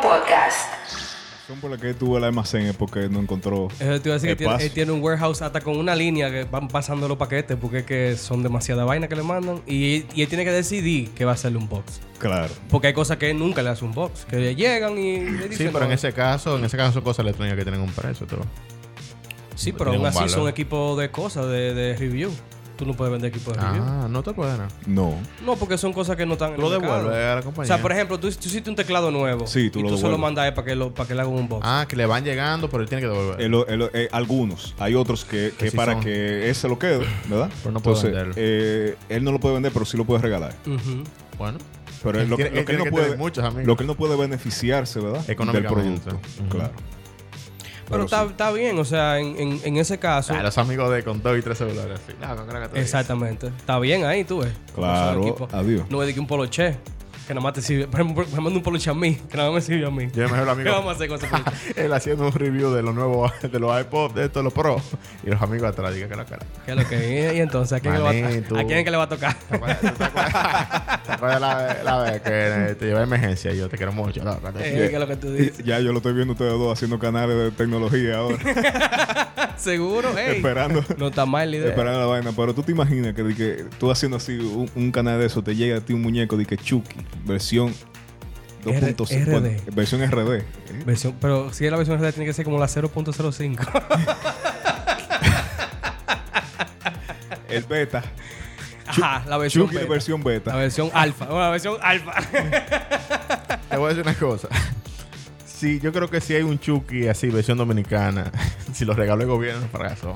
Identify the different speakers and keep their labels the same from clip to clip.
Speaker 1: Podcast.
Speaker 2: Son por las que tuvo el almacén es porque no encontró.
Speaker 3: Eso te iba a decir
Speaker 2: el
Speaker 3: que tiene,
Speaker 2: paso.
Speaker 3: él tiene un warehouse hasta con una línea que van pasando los paquetes porque es que son demasiada vaina que le mandan. Y, y él tiene que decidir que va a hacerle un box.
Speaker 2: Claro.
Speaker 3: Porque hay cosas que él nunca le hace un box. Que le llegan y le dicen.
Speaker 4: Sí, pero en
Speaker 3: "No".
Speaker 4: ese caso, en ese caso son cosas electrónicas que tienen un precio, todo.
Speaker 3: Sí, pero
Speaker 4: tiene
Speaker 3: aún
Speaker 4: un
Speaker 3: así
Speaker 4: valor.
Speaker 3: son equipos de cosas, de, de review. Tú no puedes vender equipos de review.
Speaker 4: Ah, no te pueden.
Speaker 2: No.
Speaker 3: No, porque son cosas que no están en
Speaker 4: Lo
Speaker 3: el mercado.
Speaker 4: devuelves a la compañía.
Speaker 3: O sea, por ejemplo, tú, tú hiciste un teclado nuevo.
Speaker 2: Sí, tú
Speaker 3: y
Speaker 2: lo
Speaker 3: tú solo
Speaker 2: devuelves.
Speaker 3: mandas a él para que, lo- para que le hagan un box.
Speaker 4: Ah, que le van llegando, pero él tiene que devolver.
Speaker 2: El- el- eh, algunos. Hay otros que, que
Speaker 4: Que sí
Speaker 2: para
Speaker 4: son.
Speaker 2: que ese lo quede, ¿verdad?
Speaker 4: Pero no puede venderlo.
Speaker 2: eh, él no lo puede vender, pero sí lo puede regalar.
Speaker 3: Ujú.
Speaker 4: Bueno.
Speaker 2: Pero
Speaker 4: Él
Speaker 2: lo, que-
Speaker 4: tiene-
Speaker 2: lo
Speaker 4: él
Speaker 2: que él
Speaker 4: tiene
Speaker 2: no
Speaker 4: que
Speaker 2: puede.
Speaker 4: tener muchos amigos.
Speaker 2: lo que él no puede beneficiarse, ¿verdad? Del
Speaker 4: Económicamente.
Speaker 2: producto.
Speaker 4: Ujú.
Speaker 2: Claro.
Speaker 3: Pero está,
Speaker 2: sí.
Speaker 3: está bien, o sea, en, en- en ese caso.
Speaker 4: Ah, los amigos de con dos y tres celulares. Sí. No, Ah, con crack a todo.
Speaker 3: Exactamente. Está bien ahí, tú ves.
Speaker 2: Claro,
Speaker 3: Son equipos.
Speaker 2: adiós.
Speaker 3: No es de que un poloche. Que nada más te sirve. Por ejemplo, me manda un poloche a mí. Que nada más me sirve a mí.
Speaker 4: Yo mejor los
Speaker 3: ¿Qué vamos a
Speaker 4: amigos.
Speaker 3: hacer con ese poloche?
Speaker 4: él haciendo un review de los nuevos, de los iPods, de estos, los Pro. Y los amigos atrás, diga que la cara.
Speaker 3: ¿Qué es lo que es? Y entonces, ¿a quién, que le va
Speaker 4: Manito.
Speaker 3: a, ¿a quién es que le va a tocar?
Speaker 4: ¿Te acuerdas- ¿Te acuerdas ¿Te acuerdas la, la vez que eh, te llevé a emergencia y yo te quiero mucho? No, no,
Speaker 3: Eh,
Speaker 4: te-
Speaker 3: ¿Qué es lo que tú dices?
Speaker 2: Ya yo lo estoy viendo ustedes dos haciendo canales de tecnología ahora.
Speaker 3: Seguro, ey.
Speaker 2: esperando.
Speaker 3: No está mal la idea.
Speaker 2: Esperando la vaina, pero tú te imaginas que, de que tú haciendo así un, un canal de eso, te llega a ti un muñeco de que Chucky, versión
Speaker 3: R-
Speaker 2: 2.5,
Speaker 3: RD.
Speaker 2: bueno, versión ¿eh? RD.
Speaker 3: Versión- pero si es la versión real, tiene que ser como la 0.05.
Speaker 2: El beta.
Speaker 3: Ajá, la versión.
Speaker 2: Chucky
Speaker 3: beta.
Speaker 2: versión beta.
Speaker 3: La versión alfa. Bueno, la versión alfa.
Speaker 4: Te voy a decir una cosa. Sí, yo creo que si hay un Chucky así, versión dominicana, si lo regaló el gobierno, fracasó.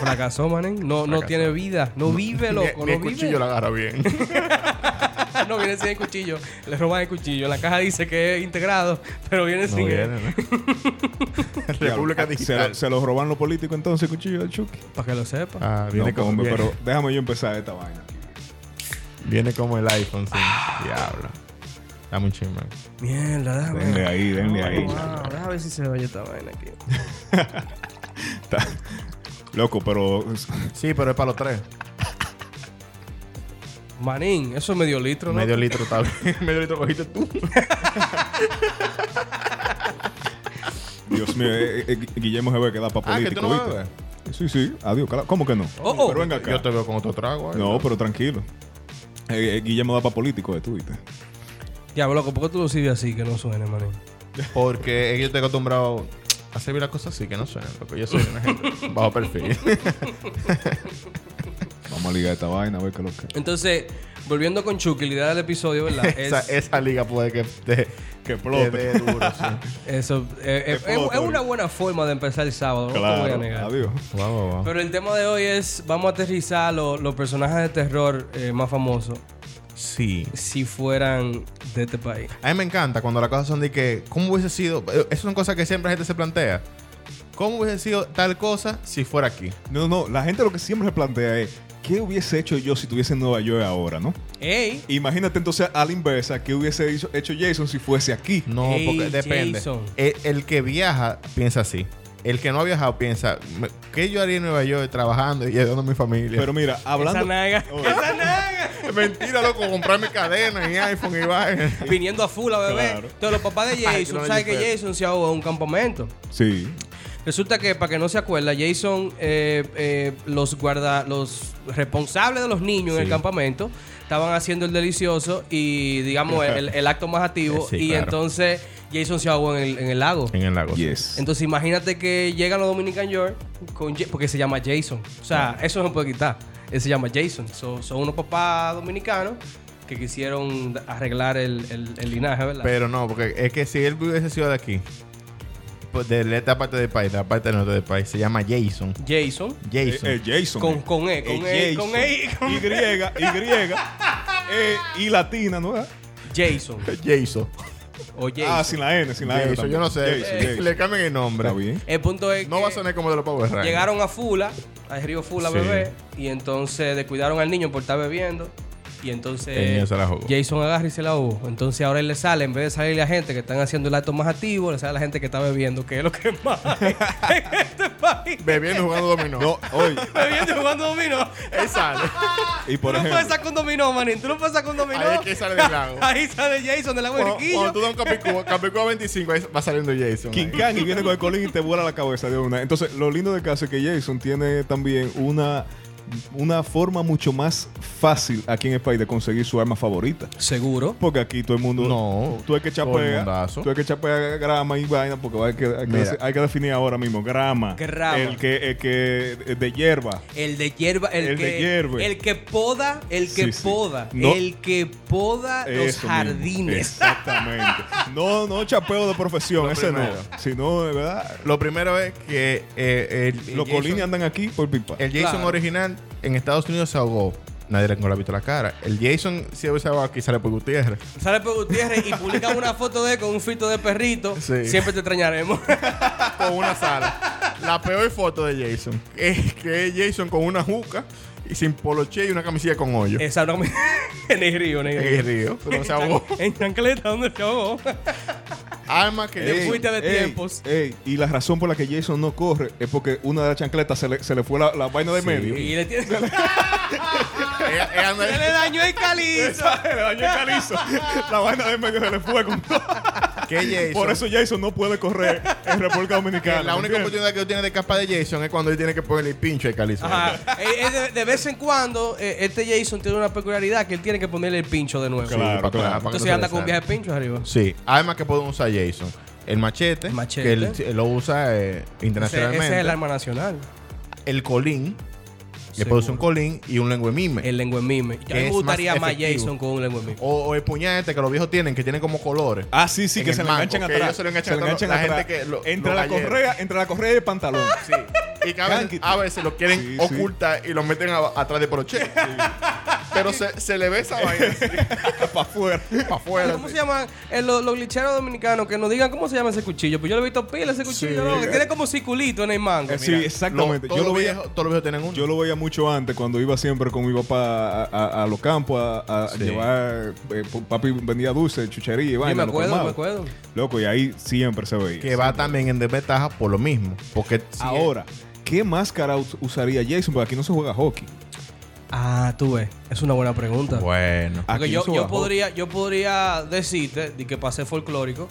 Speaker 3: Fracasó, manen. No, no
Speaker 4: Fracasó.
Speaker 3: tiene vida. No vive,
Speaker 4: Ni-
Speaker 3: loco.
Speaker 4: ni
Speaker 3: no
Speaker 4: el cuchillo
Speaker 3: vive.
Speaker 4: lo agarra bien.
Speaker 3: No viene sin el cuchillo. Le roban el cuchillo. La caja dice que es integrado, pero viene sin él.
Speaker 4: República
Speaker 2: Diablo.
Speaker 4: Digital.
Speaker 2: Se, se lo roban los políticos entonces, cuchillo de Chucky.
Speaker 3: Para que lo sepa.
Speaker 4: Ah, viene,
Speaker 2: No,
Speaker 4: como,
Speaker 2: hombre,
Speaker 4: viene-
Speaker 2: pero déjame yo empezar esta vaina.
Speaker 4: viene como el iPhone, sí. Diablo. Dame un chisme.
Speaker 3: Mierda, déjame.
Speaker 2: Denle ahí, denle ahí.
Speaker 3: Wow, déjame ver si se oye esta vaina aquí.
Speaker 2: Está- Loco, pero
Speaker 4: Sí, pero es para los tres.
Speaker 3: Manín, eso es medio litro, ¿no?
Speaker 4: Medio litro está bien. Medio litro cogiste tú.
Speaker 2: Dios mío, eh, eh, Gu- Guillermo se ve que da para
Speaker 4: Ah, que
Speaker 2: político,
Speaker 4: tú no
Speaker 2: ¿viste? Sí, sí, adiós, claro. ¿Cómo que no?
Speaker 3: Oh, oh.
Speaker 2: Pero venga acá.
Speaker 4: Yo te veo con otro trago. ahí.
Speaker 2: No, pero tranquilo. Eh, eh, Guillermo da para político, eh, tú, ¿viste?
Speaker 3: Ya, loco, ¿por qué tú lo sirves así que no suene, manín?
Speaker 4: Porque es que yo estoy acostumbrado a servir las cosas así que no suenan. Porque yo soy una gente bajo perfil.
Speaker 2: Vamos a ligar esta vaina, a ver qué es lo que.
Speaker 3: Entonces, volviendo con Chucky, la idea del episodio, ¿verdad? es,
Speaker 4: esa, esa liga puede que te, que
Speaker 2: explote.
Speaker 4: te dé duro, sí.
Speaker 3: eso, eh, eh,
Speaker 2: Es
Speaker 3: es,
Speaker 2: poco,
Speaker 3: es una buena forma de empezar el sábado, no te voy a negar.
Speaker 2: adiós.
Speaker 4: Wow, wow, wow.
Speaker 3: Pero el tema de hoy es, vamos a aterrizar lo- los personajes de terror eh, más famosos,
Speaker 4: Sí.
Speaker 3: si fueran de este país.
Speaker 4: A mí me encanta cuando las cosas son de que, ¿cómo hubiese sido? Eh, Esas son cosas que siempre la gente se plantea. ¿Cómo hubiese sido tal cosa si fuera aquí?
Speaker 2: No, no, la gente lo que siempre se plantea es: ¿qué hubiese hecho yo si estuviese en Nueva York ahora, no?
Speaker 3: ¡Ey!
Speaker 2: Imagínate entonces a la inversa, ¿qué hubiese hizo- hecho Jason si fuese aquí?
Speaker 4: No,
Speaker 3: Ey,
Speaker 4: porque depende.
Speaker 3: Jason.
Speaker 4: El, el que viaja piensa así. El que no ha viajado piensa, "Me- ¿qué yo haría en Nueva York trabajando y ayudando a mi familia?
Speaker 2: Pero mira, hablando.
Speaker 3: Esa naga.
Speaker 2: Oye.
Speaker 3: ¡Esa naga!
Speaker 4: mentira, loco, comprarme cadena y iPhone y vaina.
Speaker 3: Viniendo a full a beber.
Speaker 2: Claro.
Speaker 3: Entonces, los papás de
Speaker 4: Ay, que no
Speaker 3: Jason,
Speaker 4: le
Speaker 3: ¿saben que
Speaker 4: diferencia.
Speaker 3: Jason se ahogó en un campamento?
Speaker 2: Sí.
Speaker 3: Resulta que, para que no se acuerda, Jason, eh, eh, los guarda, los responsables de los niños en el
Speaker 4: Sí.
Speaker 3: campamento estaban haciendo el delicioso y, digamos, el, el acto más activo.
Speaker 4: Sí,
Speaker 3: y
Speaker 4: claro.
Speaker 3: entonces Jason se ahogó en el, en el lago.
Speaker 4: En el lago.
Speaker 2: Yes.
Speaker 3: Pues, Entonces, imagínate que llegan los Dominican York con Ja- porque se llama Jason. O sea, eso no se puede quitar. Él se llama Jason. So- son unos papás dominicanos que quisieron arreglar el, el- el linaje, ¿verdad?
Speaker 4: Pero no, porque es que si él hubiese sido de aquí, pues de esta parte del país, de la parte del norte del país, se llama Jason.
Speaker 3: Jason.
Speaker 4: Jason.
Speaker 2: Eh, eh, Jason.
Speaker 3: Con- con E, con E, con E,
Speaker 2: Jason.
Speaker 3: con
Speaker 2: Y, y, eh, y latina, ¿no?
Speaker 3: Jason.
Speaker 4: Jason.
Speaker 3: O Jason.
Speaker 2: Ah, sin la N, sin la N.
Speaker 4: Jason,
Speaker 2: también.
Speaker 4: yo no sé.
Speaker 2: Jason,
Speaker 4: Eh,
Speaker 2: Jason.
Speaker 4: Le cambian el nombre.
Speaker 2: Está bien.
Speaker 3: El punto es
Speaker 4: No
Speaker 3: que
Speaker 4: va a sonar como de los Power Rangers.
Speaker 3: llegaron a Fula, al río Fula
Speaker 4: Sí.
Speaker 3: bebé, y entonces descuidaron al niño por estar bebiendo. Y entonces
Speaker 4: El niño se la jugó.
Speaker 3: Jason agarra y se la jugó. Entonces ahora él le sale, en vez de salirle a gente que están haciendo el acto más activo, le sale a la gente que está bebiendo, que es lo que más hay en este país.
Speaker 4: Bebiendo jugando dominó.
Speaker 2: No, oye,
Speaker 3: Bebiendo y jugando dominó.
Speaker 4: Él sale.
Speaker 2: y
Speaker 3: Tú
Speaker 2: por
Speaker 3: no puedes
Speaker 2: ejemplo,
Speaker 3: sacar un dominó, manín. Tú no puedes sacar un dominó.
Speaker 4: Ahí es que sale del lago.
Speaker 3: Ahí sale Jason del agua de
Speaker 4: Cuando, cuando
Speaker 3: Riquillo.
Speaker 4: tú das un Capicúa, Capicúa 25, ahí va saliendo Jason. ahí.
Speaker 2: King Kang y viene con el colín y te vuela la cabeza de una. Entonces, lo lindo del caso es que Jason tiene también una, una forma mucho más fácil aquí en el país de conseguir su arma favorita.
Speaker 3: Seguro.
Speaker 2: Porque aquí todo el mundo.
Speaker 4: No.
Speaker 2: Tú hay que
Speaker 4: Todo el
Speaker 2: chapea.
Speaker 4: mundazo.
Speaker 2: Tú hay que chapea grama y vaina porque hay que, hay que,
Speaker 4: Mira.
Speaker 2: hay que definir ahora mismo. Grama.
Speaker 3: Grama.
Speaker 2: El que, el que el de hierba.
Speaker 3: El de hierba, el,
Speaker 2: El
Speaker 3: que,
Speaker 2: de hierba.
Speaker 3: el que poda, el que
Speaker 2: Sí, sí.
Speaker 3: poda,
Speaker 2: No.
Speaker 3: el que poda los
Speaker 2: Eso mismo.
Speaker 3: jardines.
Speaker 2: Exactamente. No, no chapeo de profesión,
Speaker 4: Lo
Speaker 2: ese
Speaker 4: primero.
Speaker 2: no. Sino de verdad.
Speaker 4: Lo primero es que eh, el, el
Speaker 2: Los
Speaker 4: Jason-
Speaker 2: colines andan aquí por pipa.
Speaker 4: El Jason
Speaker 3: Claro.
Speaker 4: original en Estados Unidos se ahogó. Nadie le no le ha visto la cara. El Jason si se ahogó aquí, sale por Gutiérrez.
Speaker 3: Sale por Gutiérrez y publica una foto de él con un filtro de perrito.
Speaker 4: Sí.
Speaker 3: Siempre te extrañaremos.
Speaker 4: con una sala. La peor foto de Jason. Es que es Jason con una juca y sin poloche y una camisilla con hoyo.
Speaker 3: Esa no me- en el río, en el
Speaker 4: En
Speaker 2: Eh.
Speaker 3: río.
Speaker 4: el río, pero se ahogó.
Speaker 3: En chancleta, donde se ahogó.
Speaker 4: Arma que
Speaker 3: Te
Speaker 2: Ey,
Speaker 4: Jason-
Speaker 3: fuiste de
Speaker 2: ey,
Speaker 3: tiempos.
Speaker 2: ey, y la razón por la que Jason no corre es porque una de las chancletas se le, se le fue la, la vaina de medio.
Speaker 3: Y le tiene.
Speaker 4: Ella- ella anda-
Speaker 3: Se le dañó el calizo.
Speaker 2: le dañó el calizo. la vaina de medio se le fue. con todo.
Speaker 4: que Jason.
Speaker 2: Por eso Jason no puede correr en República Dominicana.
Speaker 4: la
Speaker 2: ¿me
Speaker 4: única
Speaker 2: entiendes?
Speaker 4: oportunidad que tú tienes de escapar de Jason es cuando él tiene que ponerle el pincho al calizo.
Speaker 3: Ajá. Eh, eh, de, de vez en cuando, eh, este Jason tiene una peculiaridad que él tiene que ponerle el pincho de nuevo.
Speaker 4: Sí,
Speaker 2: Claro,
Speaker 4: para-
Speaker 2: claro.
Speaker 4: para que no
Speaker 3: Entonces
Speaker 4: se
Speaker 3: anda
Speaker 4: le
Speaker 3: con un
Speaker 4: salga.
Speaker 3: viaje de pincho arriba.
Speaker 4: Sí, además que podemos usar Jason. El machete,
Speaker 3: El machete.
Speaker 4: que él, él lo usa eh,
Speaker 3: Ese, ese
Speaker 4: internacionalmente.
Speaker 3: es el arma nacional.
Speaker 4: el, colín, que
Speaker 3: Seguro.
Speaker 4: puede usar un colín y un lengüemime.
Speaker 3: El lengua mime. A mí
Speaker 4: Es
Speaker 3: me
Speaker 4: más
Speaker 3: gustaría más
Speaker 4: efectivo.
Speaker 3: Jason con un lengua mime.
Speaker 4: O, o el puñal este que los viejos tienen, que tienen como colores.
Speaker 2: Ah, sí, sí,
Speaker 4: En
Speaker 2: que
Speaker 4: el
Speaker 2: se le
Speaker 4: mango,
Speaker 2: enganchan
Speaker 4: que
Speaker 2: atrás.
Speaker 4: ellos se lo enganchan
Speaker 2: le
Speaker 4: atrás,
Speaker 2: enganchan
Speaker 4: la
Speaker 2: atrás.
Speaker 4: gente que lo-
Speaker 2: entre
Speaker 4: lo
Speaker 2: la
Speaker 4: galleta.
Speaker 2: correa, entre la correa y el pantalón.
Speaker 3: Ah,
Speaker 4: Sí. Y que a veces,
Speaker 2: Yanquita.
Speaker 4: a veces lo quieren
Speaker 2: Sí, sí.
Speaker 4: ocultar y lo meten a- atrás de broche. Pero se, se le ve esa vaina
Speaker 2: para afuera.
Speaker 4: para afuera.
Speaker 3: ¿Cómo se llaman eh, los, los glitcheros dominicanos? Que nos digan cómo se llama ese cuchillo. Pues yo lo he visto pila ese cuchillo, ¿no? Que tiene como circulito en el mango.
Speaker 2: Eh, sí,
Speaker 3: mira.
Speaker 2: exactamente. yo lo veía.
Speaker 4: Todos los viejos tienen uno.
Speaker 2: Yo lo veía mucho antes cuando iba siempre con mi papá a, a- a los campos a, a
Speaker 4: Sí.
Speaker 2: llevar. eh, papi vendía dulce, chuchería y
Speaker 3: Sí, me
Speaker 2: vaina. nos
Speaker 3: acuerdo, me
Speaker 2: colmaba.
Speaker 3: acuerdo.
Speaker 2: Loco, y ahí siempre se veía.
Speaker 4: que va también en desventaja por lo mismo. Porque si-
Speaker 2: Ahora,
Speaker 4: eh.
Speaker 2: ¿qué máscara us- usaría Jason? Porque aquí no se juega hockey.
Speaker 3: Ah, tú ves. Es una buena pregunta.
Speaker 4: Bueno.
Speaker 2: Ah,
Speaker 3: Porque
Speaker 2: aquí
Speaker 3: yo,
Speaker 2: eso
Speaker 3: yo
Speaker 2: bajó.
Speaker 3: podría, yo podría decirte de que pasé folclórico,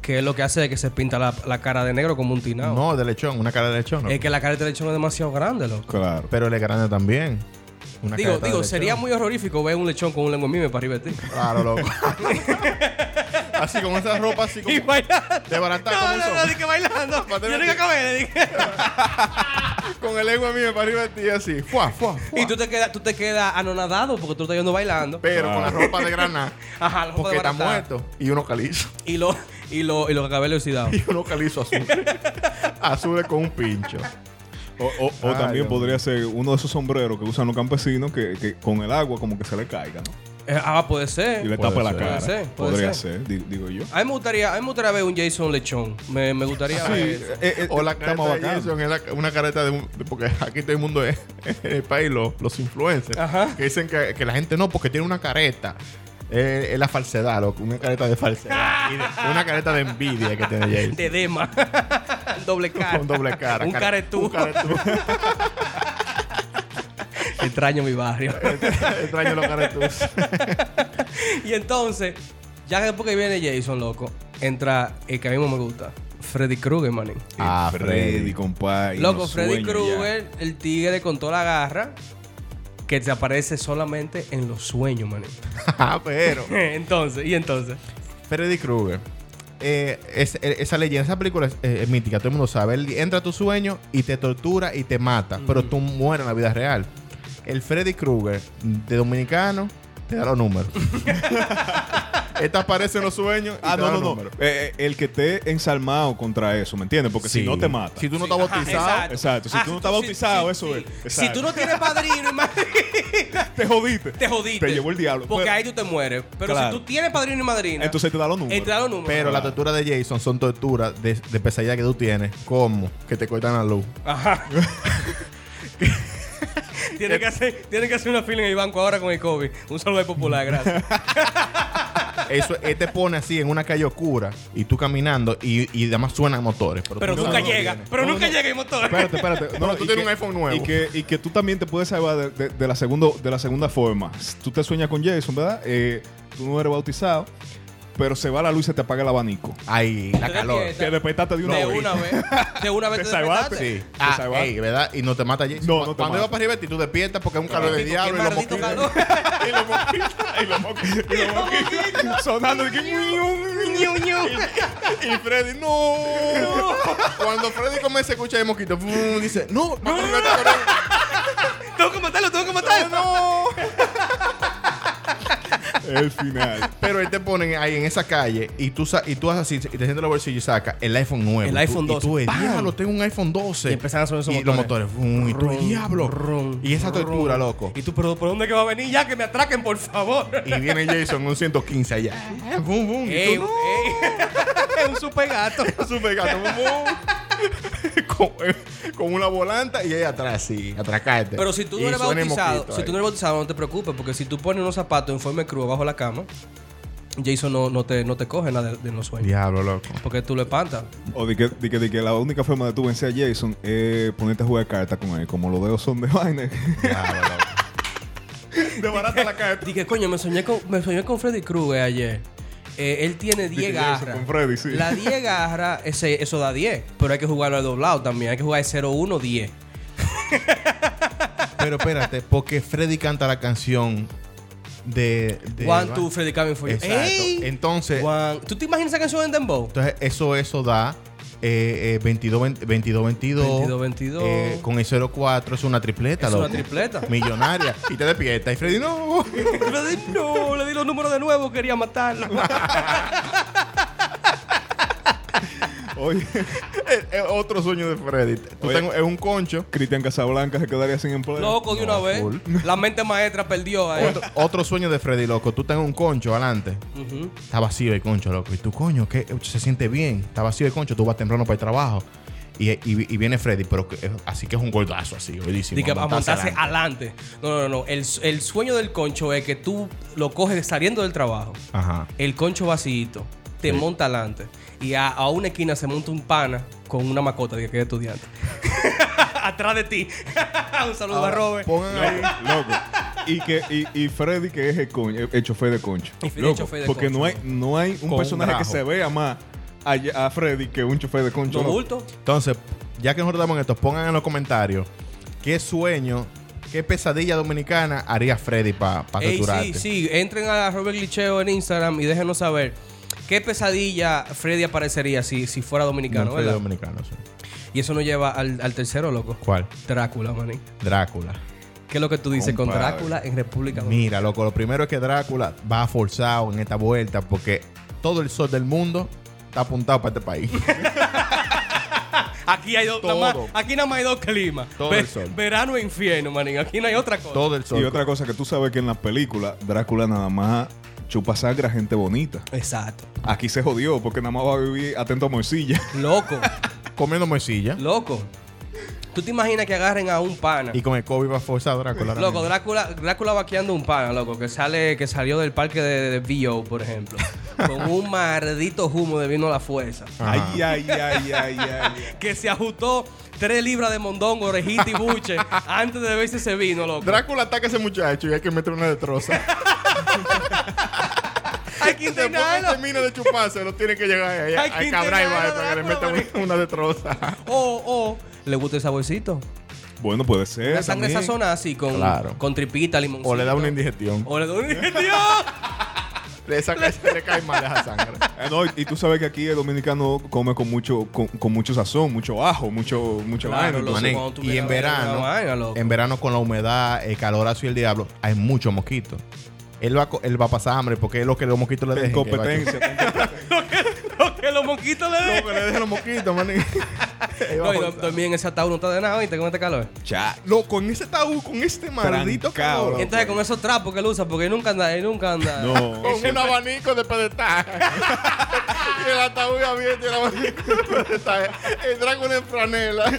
Speaker 3: que es lo que hace de que se pinta la, la cara de negro como un tinao.
Speaker 4: No, de lechón, una cara de lechón. no.
Speaker 3: Es que la cara de este lechón es demasiado grande, loco.
Speaker 2: Claro.
Speaker 4: Pero él es grande también. Una
Speaker 3: Digo,
Speaker 4: careta de
Speaker 3: digo,
Speaker 4: lechón.
Speaker 3: sería muy horrorífico ver un lechón con un lengua mime para arriba de ti.
Speaker 4: Claro, loco. así, con esa ropa así como.
Speaker 3: Y bailar.
Speaker 4: De barata, como
Speaker 3: No,
Speaker 4: un
Speaker 3: no, no,
Speaker 4: zombie.
Speaker 3: di que bailando.
Speaker 4: Para
Speaker 3: Yo
Speaker 4: tener-
Speaker 3: nunca acabé, di que-
Speaker 4: Con el ego mío para arriba de ti, así. Fuá, fuá, fuá.
Speaker 3: Y tú te quedas, tú te quedas anonadado porque tú estás yendo bailando.
Speaker 4: Pero con la
Speaker 2: Claro.
Speaker 4: ropa de grana.
Speaker 3: Ajá, lo
Speaker 4: Porque está
Speaker 3: puedes baratar.
Speaker 4: muerto. Y uno calizo.
Speaker 3: Y lo, y lo, y lo cabellos oxidados.
Speaker 4: Y uno calizo azul. Azul con un pincho.
Speaker 2: O, o- o
Speaker 4: Ay,
Speaker 2: también
Speaker 4: Dios
Speaker 2: podría ser uno de esos sombreros que usan los campesinos que, que con el agua como que se le caiga, ¿no?
Speaker 3: Eh, ah, puede
Speaker 2: Y
Speaker 3: ser.
Speaker 2: le
Speaker 4: Puede
Speaker 2: tapa la
Speaker 4: ser.
Speaker 2: cara.
Speaker 3: Puede ser, puede
Speaker 2: podría
Speaker 3: ser.
Speaker 2: ser, di- digo yo.
Speaker 3: A mí me gustaría, a mí me gustaría ver un Jason lechón. Me, me gustaría ver eso.
Speaker 2: eh,
Speaker 4: O Eh, la
Speaker 2: está
Speaker 4: careta
Speaker 2: más
Speaker 4: de
Speaker 2: bacano.
Speaker 4: Jason es la- una careta de un... de- Porque aquí todo el mundo es... En el país, lo- los influencers.
Speaker 3: Ajá.
Speaker 4: Que dicen que, que la gente no, porque tiene una careta. Eh, es la falsedad, loco. Una careta de falsedad. Y de- una careta de envidia que tiene Jason.
Speaker 3: de Dema. doble cara.
Speaker 4: Con doble cara.
Speaker 3: Un
Speaker 4: cara-
Speaker 3: caretú.
Speaker 4: Un caretú.
Speaker 3: Extraño mi barrio.
Speaker 4: Extraño los caretús.
Speaker 3: y entonces, ya después que viene Jason, loco, entra el que a mí más me gusta. Freddy Krueger, manín.
Speaker 4: Ah,
Speaker 2: Ah, Freddy,
Speaker 4: Freddy.
Speaker 2: compadre.
Speaker 3: Loco,
Speaker 2: unos
Speaker 3: Freddy
Speaker 2: sueños ya.
Speaker 3: Krueger, el tigre con toda la garra, que se aparece solamente en los sueños, manín.
Speaker 4: Ah, pero...
Speaker 3: entonces, y entonces.
Speaker 4: Freddy Krueger. eh, es- eh, esa leyenda, esa película es, eh, es mítica, todo el mundo sabe. Él entra a tu sueño y te tortura y te mata, pero tú mueres en la vida real. El Freddy Krueger de dominicano te da los números. Esta aparece en los sueños. y
Speaker 2: Ah,
Speaker 4: te
Speaker 2: no,
Speaker 4: da
Speaker 2: no,
Speaker 4: los
Speaker 2: no.
Speaker 4: números.
Speaker 2: Eh, eh, el que esté ensalmado contra eso, ¿me entiendes? Porque si
Speaker 4: Sí.
Speaker 2: no te mata.
Speaker 4: Si tú no estás bautizado,
Speaker 2: exacto. Si
Speaker 3: Ah,
Speaker 2: tú no estás bautizado, eso es.
Speaker 3: Si
Speaker 2: Exacto.
Speaker 3: tú no tienes padrino y madrina,
Speaker 2: te jodiste.
Speaker 3: te jodiste.
Speaker 2: Te llevó el diablo.
Speaker 3: Porque
Speaker 2: Pero-
Speaker 3: ahí tú te mueres. Pero
Speaker 2: Claro.
Speaker 3: si tú tienes padrino y madrina,
Speaker 2: Entonces te da los números.
Speaker 3: él te da los números.
Speaker 4: pero la tortura de Jason son torturas de, de pesadilla que tú tienes. Como que te cortan la luz.
Speaker 3: Ajá. Tiene
Speaker 2: Eh,
Speaker 3: que, hacer, tiene que hacer una fila en el banco ahora con el COVID. Un saludo popular, gracias.
Speaker 4: Eso, él te pone así en una calle oscura y tú caminando y, y además suenan motores.
Speaker 3: Pero
Speaker 4: tú
Speaker 3: nunca
Speaker 4: no lo
Speaker 3: llega.
Speaker 4: tienes.
Speaker 3: Pero
Speaker 2: No,
Speaker 3: nunca
Speaker 2: no.
Speaker 3: llega el motor.
Speaker 2: Espérate, espérate.
Speaker 4: Pero tú
Speaker 2: y
Speaker 4: tienes un iPhone nuevo.
Speaker 2: Y que, y que tú también te puedes salvar de, de- de la, segundo, de la segunda forma. Tú te sueñas con Jason, ¿verdad? Eh, tú no eres bautizado, pero se va la luz y se te apaga el abanico.
Speaker 4: Ay, la
Speaker 3: Te
Speaker 4: calor.
Speaker 3: despiertas.
Speaker 2: Te despertaste de una
Speaker 3: De
Speaker 2: vez.
Speaker 3: una vez. De una vez
Speaker 2: Te
Speaker 3: te
Speaker 2: salvaste.
Speaker 3: despertaste.
Speaker 4: Sí.
Speaker 2: Te
Speaker 4: Ah,
Speaker 2: salvaste.
Speaker 4: ey, ¿verdad? Y no te mata Jason.
Speaker 2: No, no te
Speaker 4: Cuando
Speaker 2: mata.
Speaker 4: vas para arriba y tú despiertas porque es un calor de
Speaker 3: Qué
Speaker 4: diablo y los
Speaker 3: maldito calor.
Speaker 4: mosquitos-
Speaker 2: y los mosquitos, y los mosquitos, y los mosquitos sonando. Y, que-
Speaker 3: Ñu, ñu.
Speaker 4: Y Freddy, no. Cuando Freddy comienza a escuchar el mosquito, ¡fum! dice, no, no,
Speaker 3: Tengo que matarlo, tengo que matarlo.
Speaker 4: no.
Speaker 2: el final.
Speaker 4: Pero él te ponen ahí en esa calle y tú, sa- y tú haces así, y te sientes en el bolsillo y saca el iPhone nuevo.
Speaker 3: El
Speaker 4: Y tú-
Speaker 3: iPhone 12.
Speaker 4: Y tú,
Speaker 3: ¡Pam!
Speaker 4: diablo, tengo un iPhone 12.
Speaker 3: Y empezaron a sonar esos
Speaker 4: Y los
Speaker 3: motores.
Speaker 4: motores, ¡fum! y tú,
Speaker 3: Ron,
Speaker 4: diablo.
Speaker 3: ron,
Speaker 4: y esa
Speaker 3: ron.
Speaker 4: tortura, loco.
Speaker 3: Y tú, pero ¿por dónde que va a venir? Ya que me atraquen, por favor.
Speaker 4: Y viene Jason un 115 allá. ¡Bum, bum!
Speaker 3: Ey, ey. Es un super gato.
Speaker 4: Super gato, con, con una volanta y ella atrás, sí, atracarte.
Speaker 3: Pero si tú no
Speaker 4: Y
Speaker 3: eres
Speaker 4: suena el
Speaker 3: bautizado,
Speaker 4: mosquito
Speaker 3: si tú
Speaker 4: ahí.
Speaker 3: no eres bautizado, no te preocupes, porque si tú pones unos zapatos en forma de cruz bajo la cama, Jason no, no, te, no te coge nada de, de los sueños.
Speaker 4: Diablo, loco.
Speaker 3: Porque tú lo espantas.
Speaker 2: O de que, de que, de que la única forma de tú vencer a Jason es ponerte a jugar cartas con él, como los dedos son de vaina.
Speaker 4: Diablo, loco.
Speaker 2: Debarata la carta.
Speaker 3: Dije, coño, me soñé con, me soñé con Freddy Krueger ayer. Eh, él tiene 10
Speaker 2: Jason
Speaker 3: garras.
Speaker 2: con Freddy, sí.
Speaker 3: La 10 garras, ese, eso da 10. Pero hay que jugarlo al doblado también. Hay que jugar de 0-1, 10.
Speaker 4: Pero espérate, porque Freddy canta la canción de. de
Speaker 3: One, two, Freddy Coming for you.
Speaker 4: Exacto.
Speaker 3: Ey.
Speaker 4: Entonces,
Speaker 3: One- ¿Tú te imaginas esa canción en Dembow?
Speaker 4: entonces eso, eso da. Eh, eh, 22, 20, 22, 22,
Speaker 3: 22, 22.
Speaker 4: eh, con el 04 es una tripleta,
Speaker 3: Es una
Speaker 4: loco.
Speaker 3: tripleta.
Speaker 4: Millonaria. y te despiertas. Y Freddy, no.
Speaker 3: Freddy, no, le di los números de nuevo, quería matarlo.
Speaker 2: Oye,
Speaker 4: Es- es otro sueño de Freddy. Tú
Speaker 2: Oye.
Speaker 4: tengo- es un concho.
Speaker 2: Cristian Casablanca se quedaría sin empleo.
Speaker 3: Loco de una
Speaker 4: No,
Speaker 3: vez.
Speaker 4: Ah, full.
Speaker 3: La mente maestra perdió ahí.
Speaker 4: Otro, otro sueño de Freddy, loco. Tú tengas un concho adelante.
Speaker 3: Ujú.
Speaker 4: Está vacío el concho, loco. Y tú, coño, que se siente bien. Está vacío el concho. Tú vas temprano para el trabajo. Y, y- y viene Freddy, pero que- es- así que es un gordazo así, buenísimo.
Speaker 3: Dice que para montarse
Speaker 4: adelante.
Speaker 3: adelante. No, no, no. El, el sueño del concho es que tú lo coges saliendo del trabajo.
Speaker 4: Ajá.
Speaker 3: El concho vacío te monta adelante. Y a, a una esquina se monta un pana con una macota de que es estudiante. Atrás de ti. un saludo a Robert.
Speaker 4: Pongan ahí.
Speaker 2: Loco. Y, que, y, y Freddy, que es el, coño- el chofer de concho.
Speaker 3: Y Freddy,
Speaker 2: Loco,
Speaker 3: el chofer de
Speaker 2: porque
Speaker 3: concho.
Speaker 2: no hay, no hay un
Speaker 4: Con
Speaker 2: personaje
Speaker 4: un
Speaker 2: que
Speaker 4: rajo.
Speaker 2: se vea más a, a Freddy que un chofer de concho.
Speaker 3: No
Speaker 2: loco.
Speaker 3: bulto.
Speaker 4: Entonces, ya que nosotros estamos en esto, pongan en los comentarios qué sueño, qué pesadilla dominicana haría Freddy para pa
Speaker 3: Ey,
Speaker 4: torturarte.
Speaker 3: sí, sí. Entren a Robert Licheo en Instagram y déjenos saber qué pesadilla Freddy aparecería si, si fuera
Speaker 4: De un
Speaker 3: dominicano,
Speaker 4: Freddy
Speaker 3: ¿verdad?
Speaker 4: dominicano, sí.
Speaker 3: Y eso nos lleva al, al tercero, loco.
Speaker 4: ¿Cuál?
Speaker 3: Drácula, maní.
Speaker 4: Drácula.
Speaker 3: ¿Qué es lo que tú dices con
Speaker 2: Compadre.
Speaker 3: Drácula en República Dominicana?
Speaker 4: Mira, loco, lo primero es que Drácula va forzado en esta vuelta porque todo el sol del mundo está apuntado para este país.
Speaker 3: Aquí hay dos, nada más,
Speaker 4: Todo.
Speaker 3: aquí nada más hay dos climas.
Speaker 4: Todo el sol.
Speaker 3: Verano e infierno, manín. Aquí no hay otra cosa.
Speaker 4: todo el sol.
Speaker 2: Y otra cosa que tú sabes que en las películas, Drácula nada más chupa sangre a gente bonita.
Speaker 3: Exacto.
Speaker 2: Aquí se jodió porque nada más va a vivir atento a morcilla.
Speaker 3: Loco,
Speaker 4: Comiendo morcilla.
Speaker 3: loco. ¿Tú te imaginas que agarren a un pana?
Speaker 4: Y con el COVID va forzado Drácula. ahora
Speaker 3: Loco,
Speaker 4: mismo.
Speaker 3: Drácula, Drácula vaqueando un pana, loco, que sale, que salió del parque de, de VO, por ejemplo. con un maldito humo de vino a la fuerza.
Speaker 4: Ajá.
Speaker 2: Ay, ay, ay, ay, ay.
Speaker 3: Que se ajustó tres libras de mondongo, orejita y buche antes de beberse ese vino, loco.
Speaker 4: Drácula ataca a ese muchacho y hay que meter una destroza.
Speaker 3: Hay que
Speaker 4: Después que
Speaker 3: internarlo.
Speaker 4: termina de chuparse, no tiene que llegar ahí.
Speaker 3: Hay
Speaker 4: Hay,
Speaker 3: que
Speaker 4: que abrir
Speaker 3: intentarlo,
Speaker 4: para que le
Speaker 3: Drácula,
Speaker 4: meta una, una destroza.
Speaker 3: O, o, le gusta el saborcito.
Speaker 2: Bueno, puede ser.
Speaker 3: La sangre
Speaker 2: también.
Speaker 3: sazonada así con,
Speaker 4: Claro.
Speaker 3: con tripita, limoncito.
Speaker 4: O le da una indigestión.
Speaker 3: O le da una indigestión.
Speaker 4: Le, saca, le cae mal esa sangre.
Speaker 2: Ah, no, y- y tú sabes que aquí el dominicano come con mucho, con, con mucho sazón, mucho ajo, mucho, mucho
Speaker 3: Claro,
Speaker 2: vaina.
Speaker 3: lo-
Speaker 2: Entonces,
Speaker 4: Manín,
Speaker 3: cuando tú
Speaker 4: y
Speaker 3: vienes
Speaker 4: en
Speaker 3: a ver
Speaker 4: verano,
Speaker 3: la vaina, loco.
Speaker 4: en verano con la humedad, el calorazo y el diablo, hay muchos mosquitos. Él va, a co- él va a pasar hambre porque es lo que los mosquitos le
Speaker 2: ten
Speaker 4: dejan. que va a
Speaker 2: competencia. ten
Speaker 3: Lo que los mosquitos le den.
Speaker 4: chupar. Lo que le dejan los mosquitos, manín. Él va
Speaker 3: No,
Speaker 4: a
Speaker 3: y do-
Speaker 4: forzar.
Speaker 3: dormí en ese ataúd, no está de nada, ¿viste? Con este calor.
Speaker 2: Cha.
Speaker 4: Loco, en ese tabú, con este maldito
Speaker 2: Trancao,
Speaker 4: calor.
Speaker 2: loco.
Speaker 3: Entonces, con esos trapos que él usa, porque él nunca anda, él nunca anda.
Speaker 2: No.
Speaker 4: Con un abanico de pedestal. y el ataúd abierto y el abanico de pedestal. El dragón en franela.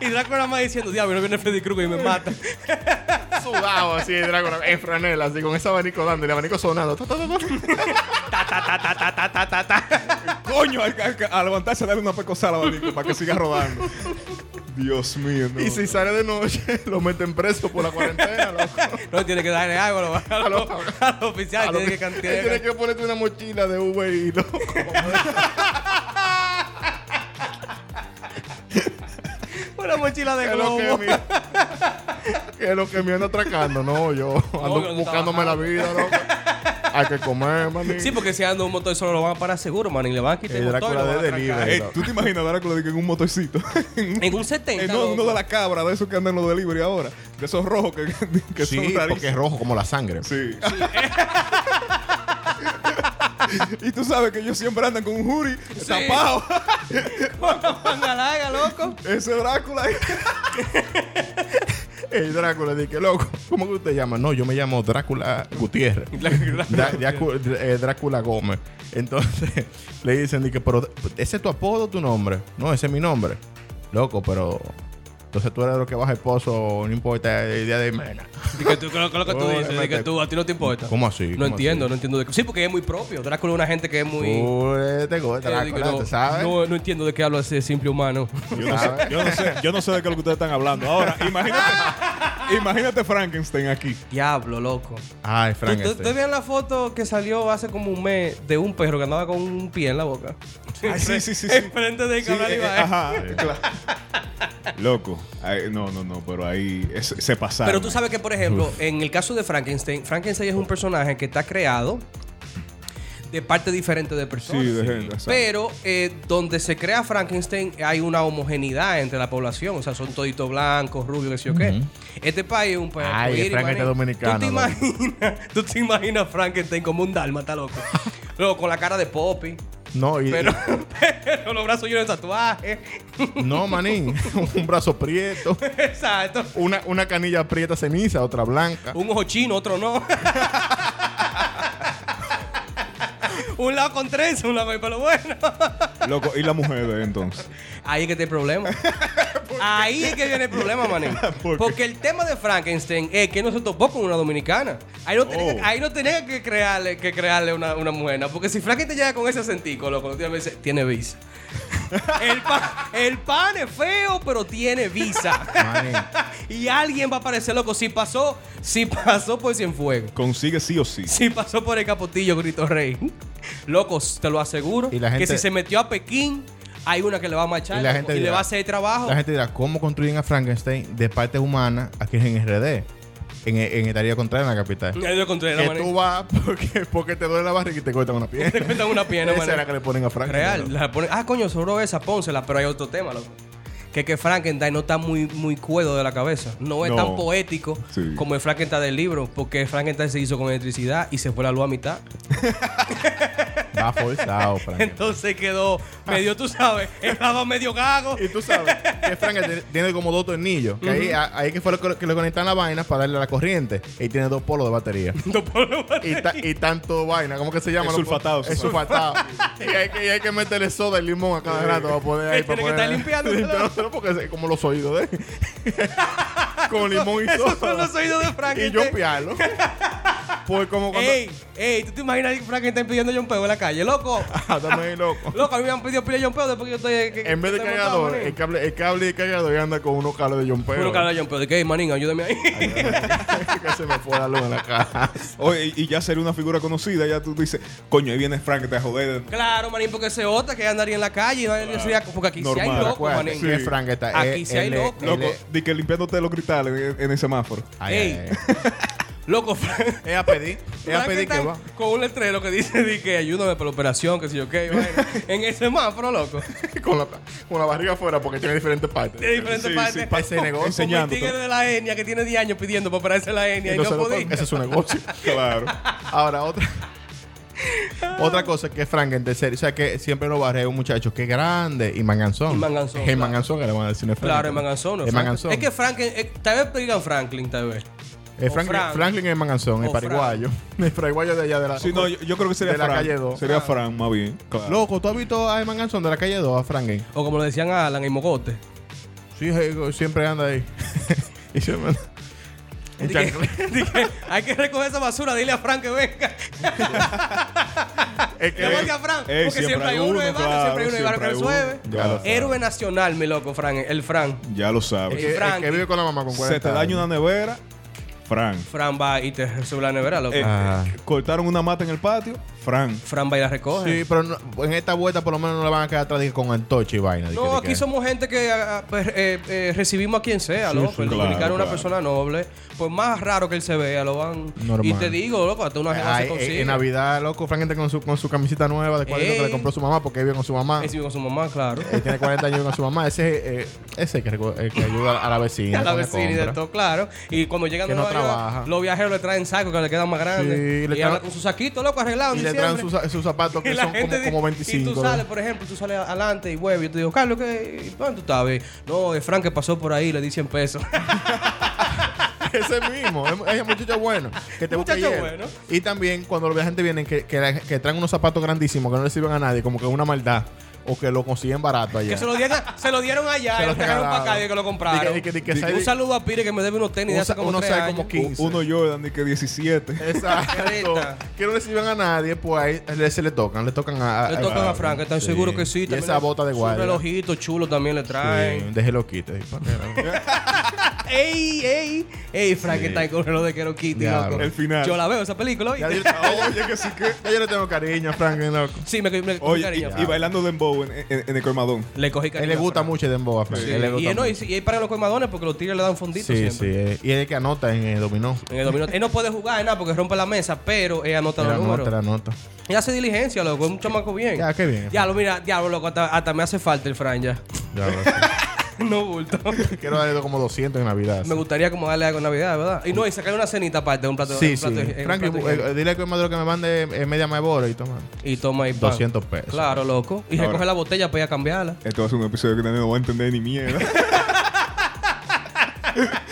Speaker 3: Y Draco nada más diciendo, diablo, no viene Freddy Krueger y me mata.
Speaker 4: Sudado así, Dragon en franela, así con ese abanico dando, el abanico sonando. Ta,
Speaker 3: Ta,
Speaker 4: ta, ta, ta.
Speaker 3: ta, ta, ta, ta, ta, ta, ta, ta.
Speaker 2: Coño, al- al- a levantarse a darle una pecosada al abanico para que siga rodando. Dios mío, no.
Speaker 4: Y si sale de noche, lo meten preso por la cuarentena, loco.
Speaker 3: No, tiene que darle algo a los- a los a los oficiales, tiene que
Speaker 4: Él Ah, Tiene
Speaker 3: cantar.
Speaker 4: que Este ponerte una mochila de Uber y loco.
Speaker 3: Una mochila de
Speaker 4: Que lo que
Speaker 3: globo.
Speaker 4: me, que lo que me anda atracando, no, yo ando
Speaker 3: yo ando
Speaker 4: buscándome la vida, loco. Hay que comer, maní.
Speaker 3: Sí, porque si anda un motor solo lo van a parar seguro, man. Y le van a quitar el
Speaker 4: El
Speaker 3: motor. y
Speaker 4: Eh, Drácula
Speaker 3: lo van a
Speaker 4: de
Speaker 3: atracar.
Speaker 4: delivery.
Speaker 2: Ey, ¿Tú te imaginas a Drácula de que en un motorcito?
Speaker 3: En un 70.
Speaker 2: Eh, no,
Speaker 3: loco.
Speaker 2: no de la cabra, de esos que andan en los delivery ahora. De esos rojos que, que- que son
Speaker 4: Sí, porque es
Speaker 2: rarísimos.
Speaker 4: rojo como la sangre.
Speaker 2: Sí. y tú sabes que ellos siempre andan con un hoodie tapado.
Speaker 3: Con la manga larga, loco.
Speaker 2: Ese Drácula. ahí.
Speaker 4: El Drácula, dije, loco, ¿cómo que usted llama? No, yo me llamo Drácula Gutiérrez. Drá- Drá- eh, Drácula Gómez. Entonces le dicen, dije, pero ¿ese es tu apodo o tu nombre? No, ese es mi nombre. Loco, pero. Entonces tú eres de los que baja el pozo, no importa el día de mena.
Speaker 3: Di que tú, que lo, que lo que tú
Speaker 4: Oh,
Speaker 3: dices, di que
Speaker 4: espérate.
Speaker 3: tú, a ti no te importa.
Speaker 4: ¿Cómo así?
Speaker 3: No
Speaker 4: ¿Cómo
Speaker 3: entiendo,
Speaker 4: así?
Speaker 3: no entiendo. De qué- Sí, porque es muy propio. Drácula es una gente que es muy...
Speaker 4: Tú eres de
Speaker 3: Eh, digo,
Speaker 4: Drácula,
Speaker 3: no,
Speaker 4: ¿te sabes?
Speaker 3: no, no entiendo de qué habla ese simple humano.
Speaker 2: Yo no, sé, yo, no sé, yo no sé de qué es lo que ustedes están hablando. Ahora, imagínate, imagínate Frankenstein aquí.
Speaker 3: Diablo, loco.
Speaker 4: Ay,
Speaker 3: ¿Tú,
Speaker 4: Frank.
Speaker 3: tú-
Speaker 4: este.
Speaker 3: tú vieron la foto que salió hace como un mes de un perro que andaba con un pie en la boca?
Speaker 2: Ay, sí, sí, sí, sí.
Speaker 3: Enfrente de
Speaker 2: Sí,
Speaker 3: Cabral
Speaker 2: eh,
Speaker 3: Ibaez.
Speaker 2: ajá, claro. Loco. Ay, no, no, no, pero ahí es- se pasaron.
Speaker 3: Pero tú sabes que, por ejemplo, en el caso de Frankenstein, Frankenstein es un personaje que está creado de parte diferente de personas.
Speaker 2: Sí, de gente, exacto.
Speaker 3: Pero eh, donde se crea Frankenstein hay una homogeneidad entre la población. O sea, son toditos blancos, rubios, qué sé yo qué. Este país es un país... arcoíris,
Speaker 4: Ay, Frankenstein
Speaker 3: manín. ¿Tú te,
Speaker 4: dominicano, loco.
Speaker 3: imaginas, tú te imaginas Frankenstein como un dálmata, loco. Luego con la cara de Poppy.
Speaker 4: No, y,
Speaker 3: Pero, pero los brazos llenos de tatuajes.
Speaker 4: no, manín. un brazo prieto,
Speaker 3: Exacto.
Speaker 4: una, una canilla prieta ceniza, otra blanca.
Speaker 3: Un ojo chino, otro no. un lado con trenza, un lado con pelo bueno.
Speaker 2: Loco, ¿y la mujer de entonces?
Speaker 3: Ahí es que está el problema. Ahí es que viene el problema, mané.
Speaker 2: ¿Por qué?
Speaker 3: Porque el tema de Frankenstein es que no se topó con una dominicana. Ahí no tenía, que-
Speaker 2: Oh.
Speaker 3: ahí no tenía que crearle, que crearle una, una mujer. ¿no? Porque si Frankenstein llega con ese acentico, loco, tiene visa. Tiene visa. el, pa- el pan es feo, pero tiene visa.
Speaker 4: Manín.
Speaker 3: y alguien va a aparecer, loco. Si pasó, si pasó por Cienfuegos.
Speaker 2: Consigue sí o sí.
Speaker 3: Si pasó por el capotillo, grito rey. Locos, te lo aseguro.
Speaker 4: Y la gente-
Speaker 3: que si se metió a Pekín, hay una que le va a marchar
Speaker 4: Y
Speaker 3: y,
Speaker 4: la gente
Speaker 3: le
Speaker 4: dirá-
Speaker 3: va a hacer trabajo.
Speaker 4: La gente dirá, ¿cómo construyen a Frankenstein de parte humana aquí en RD? En, en Italia Contraria, en la capital.
Speaker 3: Ahí lo encontré, la
Speaker 4: Que
Speaker 3: manera.
Speaker 4: tú vas porque, porque te duele la barriga y te cortan una
Speaker 3: Te
Speaker 4: pierna.
Speaker 3: cuentan una pierna,
Speaker 4: Esa
Speaker 3: manera.
Speaker 4: era que le ponen a Frankenstein.
Speaker 3: Real.
Speaker 4: loco.
Speaker 3: la pone- Ah, coño, sobró esa, pónsela, pero hay otro tema, loco. Que es que Frankenstein no está muy, muy cuedo de la cabeza. No es
Speaker 2: No.
Speaker 3: tan poético
Speaker 2: Sí.
Speaker 3: como el Frankenstein del libro, porque Frankenstein se hizo con electricidad y se fue la luz a mitad.
Speaker 4: Va forzado, Frankenstein.
Speaker 3: Entonces quedó medio, tú sabes, estaba medio gago.
Speaker 4: Y tú sabes que Frankenstein tiene como dos tornillos. Que ahí, a- ahí que fue lo que, que le conectan la vaina para darle la corriente. Y tiene dos polos de batería.
Speaker 3: No puedo-
Speaker 4: y, ta- y tanto vaina, ¿cómo que se llama?
Speaker 2: Es
Speaker 4: Lo-
Speaker 2: sulfatado,
Speaker 4: Es sulfatado. y, hay que, y hay que meterle soda y limón a cada rato para poder ahí.
Speaker 3: Tiene
Speaker 4: para
Speaker 3: que
Speaker 4: poder-
Speaker 3: estar limpiando.
Speaker 4: Limpiándolo, porque es como los oídos de Con limón y
Speaker 3: Esos son los
Speaker 4: soda.
Speaker 3: oídos de
Speaker 4: este. y
Speaker 3: Frankenstein.
Speaker 4: yo piarlo. pues como cuando.
Speaker 3: Ey, ey, ¿tú te imaginas que Frankenstein pidiendo John Peo en la calle? Loco,
Speaker 4: Ah, dame ahí loco.
Speaker 3: loco, a mí me han pedido pila John Peo después que yo estoy. que-
Speaker 4: En vez de
Speaker 3: que estoy montado,
Speaker 4: cargador,
Speaker 3: manín.
Speaker 4: el cable, el cable de cargador ya anda con unos cables de John Peo.
Speaker 3: Uno que habla de John Peo, de que, "Ey, manín, ayúdame ahí.
Speaker 4: que se me fue la luz en la cara.
Speaker 2: Oye, y y ya sería una figura conocida, ya tú dices, coño, ahí viene Frank, te joder.
Speaker 3: claro, manín, porque ese otra que andaría en la calle y no hay electricidad, porque aquí sí hay
Speaker 2: Normal,
Speaker 3: locos,
Speaker 4: Acuérdate
Speaker 3: manín.
Speaker 4: que Frank está.
Speaker 3: Aquí sí hay
Speaker 4: él-
Speaker 3: loco.
Speaker 4: él-
Speaker 2: Loco, di que limpiándote los cristales en, en el semáforo.
Speaker 4: Ay,
Speaker 3: Ey.
Speaker 4: ay, ay.
Speaker 3: Loco, Frank.
Speaker 4: Es a pedir. Es a pedir que
Speaker 3: Frankenstein
Speaker 4: va.
Speaker 3: Con un letrero que dice di que ayúdame por la operación, que sé yo qué. vaina. en ese semáforo, loco.
Speaker 4: con, la, con la barriga afuera porque tiene diferentes partes.
Speaker 3: De diferentes
Speaker 2: Sí,
Speaker 3: partes.
Speaker 2: sí,
Speaker 4: para ese negocio.
Speaker 3: Como el
Speaker 2: Enseñándote.
Speaker 3: tigre de la etnia que tiene 10 años pidiendo para operarse la etnia y no
Speaker 4: Entonces, no,
Speaker 3: podía.
Speaker 4: ese es su negocio.
Speaker 2: Claro.
Speaker 4: Ahora, otra. Otra cosa que Frank en serio, o sea que siempre en los barrios hay un muchacho que es grande y manganzón.
Speaker 3: Y manganzón,
Speaker 4: Es
Speaker 3: claro.
Speaker 4: manganzón que le van a decir no es Frank.
Speaker 3: Claro, el manganzón. ¿no?
Speaker 4: Es
Speaker 3: Frank-
Speaker 4: manganzón.
Speaker 3: Es que Franklin, eh, tal vez digan Franklin, tal vez.
Speaker 4: Eh,
Speaker 3: o
Speaker 4: Franklin,
Speaker 3: Frank.
Speaker 4: Franklin es manganzón, el
Speaker 3: O Frank.
Speaker 4: paraguayo. El paraguayo de allá de la.
Speaker 2: Sí, no, yo, yo creo que sería
Speaker 4: De la
Speaker 2: Frank.
Speaker 4: calle dos. Ah.
Speaker 2: Sería Frank, más bien. Claro.
Speaker 4: Loco, ¿tú has visto a el manganzón de la calle 2 a Franklin?
Speaker 3: O como le decían a Alan, el mogote.
Speaker 4: Sí, Jago, siempre anda ahí. y se me- en
Speaker 3: Di que-
Speaker 4: chancleta.
Speaker 3: di que hay que recoger esa basura, dile a Frank que venga.
Speaker 4: Es que-
Speaker 3: Que venga Frank,
Speaker 2: Eh,
Speaker 3: porque siempre hay uno, hermano,
Speaker 2: claro,
Speaker 3: siempre hay uno, hermano,
Speaker 2: siempre
Speaker 3: que
Speaker 2: hay uno.
Speaker 3: resuelve.
Speaker 2: Ya lo sabes.
Speaker 3: Héroe nacional, mi loco, Frank, el Frank.
Speaker 2: Ya lo
Speaker 4: es
Speaker 2: sabes.
Speaker 4: que- es
Speaker 3: Frankie.
Speaker 4: que vive con la mamá con 40
Speaker 2: Se te daña una nevera, Fran.
Speaker 3: Fran va y te resuelve la nevera, loco.
Speaker 2: Eh,
Speaker 4: Ah.
Speaker 2: eh, cortaron una mata en el patio, Fran.
Speaker 3: Fran va y la recoge.
Speaker 4: Sí, pero no- en esta vuelta por lo menos no le van a quedar atrás de que con antorcha y vaina. de que-
Speaker 3: No,
Speaker 4: de
Speaker 3: aquí
Speaker 4: que-
Speaker 3: somos gente que ah, pues, eh, eh, recibimos a quien sea,
Speaker 2: Sí,
Speaker 3: loco.
Speaker 2: sí,
Speaker 3: el
Speaker 2: claro,
Speaker 3: dominicano es una
Speaker 2: claro.
Speaker 3: persona noble. Pues más raro que él se vea, lo van.
Speaker 4: Normal.
Speaker 3: Y te digo, loco, hasta
Speaker 2: Eh,
Speaker 3: una jeva
Speaker 4: Ay, eh,
Speaker 3: se consigue.
Speaker 4: en Navidad, loco, Frank entra con su, con su camisita nueva de 40 que
Speaker 3: Ey.
Speaker 4: le compró su mamá porque vive con su mamá.
Speaker 3: Ahí sí vive con su mamá, claro.
Speaker 2: Eh,
Speaker 4: Él tiene 40 años con su mamá. Ese es eh, ese que, recu- el que ayuda a la vecina.
Speaker 3: a la
Speaker 4: con
Speaker 3: vecina y de
Speaker 4: compra.
Speaker 3: todo, claro. Y cuando llegan
Speaker 4: Que
Speaker 3: a
Speaker 4: no
Speaker 3: Nueva
Speaker 4: trabaja.
Speaker 3: York, los viajeros le traen sacos que le quedan más grandes.
Speaker 4: Sí, le
Speaker 3: y andan
Speaker 4: traen-
Speaker 3: con su saquito, loco, arreglado. en
Speaker 4: Y le
Speaker 3: diciembre.
Speaker 4: traen sus sus zapatos que
Speaker 3: Y la
Speaker 4: son como,
Speaker 3: gente
Speaker 4: como
Speaker 3: dice-
Speaker 4: 25.
Speaker 3: Y tú sales, por ejemplo, tú sales adelante y huevo. Yo te digo, Carlos, ¿qué? ¿dónde tú estabas? Y, No, es Frank que pasó por ahí, le di 100 pesos.
Speaker 4: Ese mismo, es- es muchacho bueno. Que te busca
Speaker 3: Muchacho
Speaker 4: ayer.
Speaker 3: bueno.
Speaker 4: Y también cuando la gente viene que, que, la- que traen unos zapatos grandísimos que no le sirven a nadie, como que es una maldad. O que lo consiguen barato allá.
Speaker 3: que se lo, dieron, se lo dieron allá
Speaker 4: Se
Speaker 3: y
Speaker 4: lo
Speaker 3: lo sacaron para
Speaker 4: regalaron.
Speaker 3: acá y que lo compraron.
Speaker 4: Di que- di que- di que
Speaker 3: Di que-
Speaker 4: sale-
Speaker 3: un saludo a Pire que me debe unos tenis de
Speaker 4: Uno
Speaker 3: hace
Speaker 4: sa-
Speaker 3: como
Speaker 4: uno
Speaker 3: tres
Speaker 4: sabe
Speaker 3: años.
Speaker 4: como 15.
Speaker 2: Uno Jordan y que 17.
Speaker 4: Exacto.
Speaker 3: Ahorita.
Speaker 4: que no le sirven a nadie, pues ahí le- se le tocan, le tocan a.
Speaker 3: Le
Speaker 4: a-
Speaker 3: tocan
Speaker 4: a-
Speaker 3: a Frank, están
Speaker 4: eh, Sí.
Speaker 3: seguro que sí.
Speaker 4: Y
Speaker 3: también
Speaker 4: esa
Speaker 3: le-
Speaker 4: bota de guardia.
Speaker 3: Su relojito chulo también le traen.
Speaker 4: Sí, pues, déjelo quite. ahí, panera.
Speaker 3: ¡Ey, ey! ¡Ey, Frank
Speaker 4: Sí.
Speaker 3: está con el reloj de Kero Kitty,
Speaker 4: Diablo.
Speaker 3: loco!
Speaker 2: El final.
Speaker 3: Yo la veo esa película,
Speaker 4: Ya
Speaker 3: hoy.
Speaker 4: yo-
Speaker 2: Oye, que sí que.
Speaker 4: ya yo le tengo cariño a Frank, loco.
Speaker 3: Sí, me, me, me cogí
Speaker 2: Oye,
Speaker 3: cariño.
Speaker 2: y, y bailando dembow en, en- en el colmadón.
Speaker 3: le cogí
Speaker 4: A
Speaker 3: cariño.
Speaker 4: él le
Speaker 3: a
Speaker 4: gusta
Speaker 3: Frank.
Speaker 4: mucho el dembow a Frank.
Speaker 3: Sí,
Speaker 4: a él le
Speaker 3: Y,
Speaker 4: gusta
Speaker 3: él no, y,
Speaker 4: mucho.
Speaker 3: y él para los coimadones porque los tigres le dan fondito
Speaker 4: Sí, sí.
Speaker 3: siempre.
Speaker 4: eh. Y él es el que anota en el dominó.
Speaker 3: En el dominó. él no puede jugar en nada porque rompe la mesa, pero él anota
Speaker 4: Él
Speaker 3: los
Speaker 4: anota,
Speaker 3: números.
Speaker 4: él anota.
Speaker 3: Él hace diligencia, loco. Es un chamaco bien.
Speaker 4: Ya, qué bien.
Speaker 3: Diablo, mira, diablo, loco. Hasta, hasta me hace falta el Fran ya.
Speaker 4: Ya, bro.
Speaker 3: no bulto.
Speaker 4: Quiero darle como 200 en Navidad.
Speaker 3: me gustaría como darle algo en Navidad, ¿verdad? Y no, y sacarle una cenita aparte, un plato
Speaker 4: Sí,
Speaker 3: un
Speaker 4: sí.
Speaker 3: plato- un
Speaker 4: Frank,
Speaker 3: plato-
Speaker 4: eh, eh, dile que maduro que me mande eh, media mebora y toma.
Speaker 3: y toma ahí pan.
Speaker 4: 200 pesos.
Speaker 3: Claro, loco. Y
Speaker 2: Ahora.
Speaker 3: recoge la botella para ir a cambiarla.
Speaker 2: Esto va a ser un episodio que nadie no va a entender ni mierda.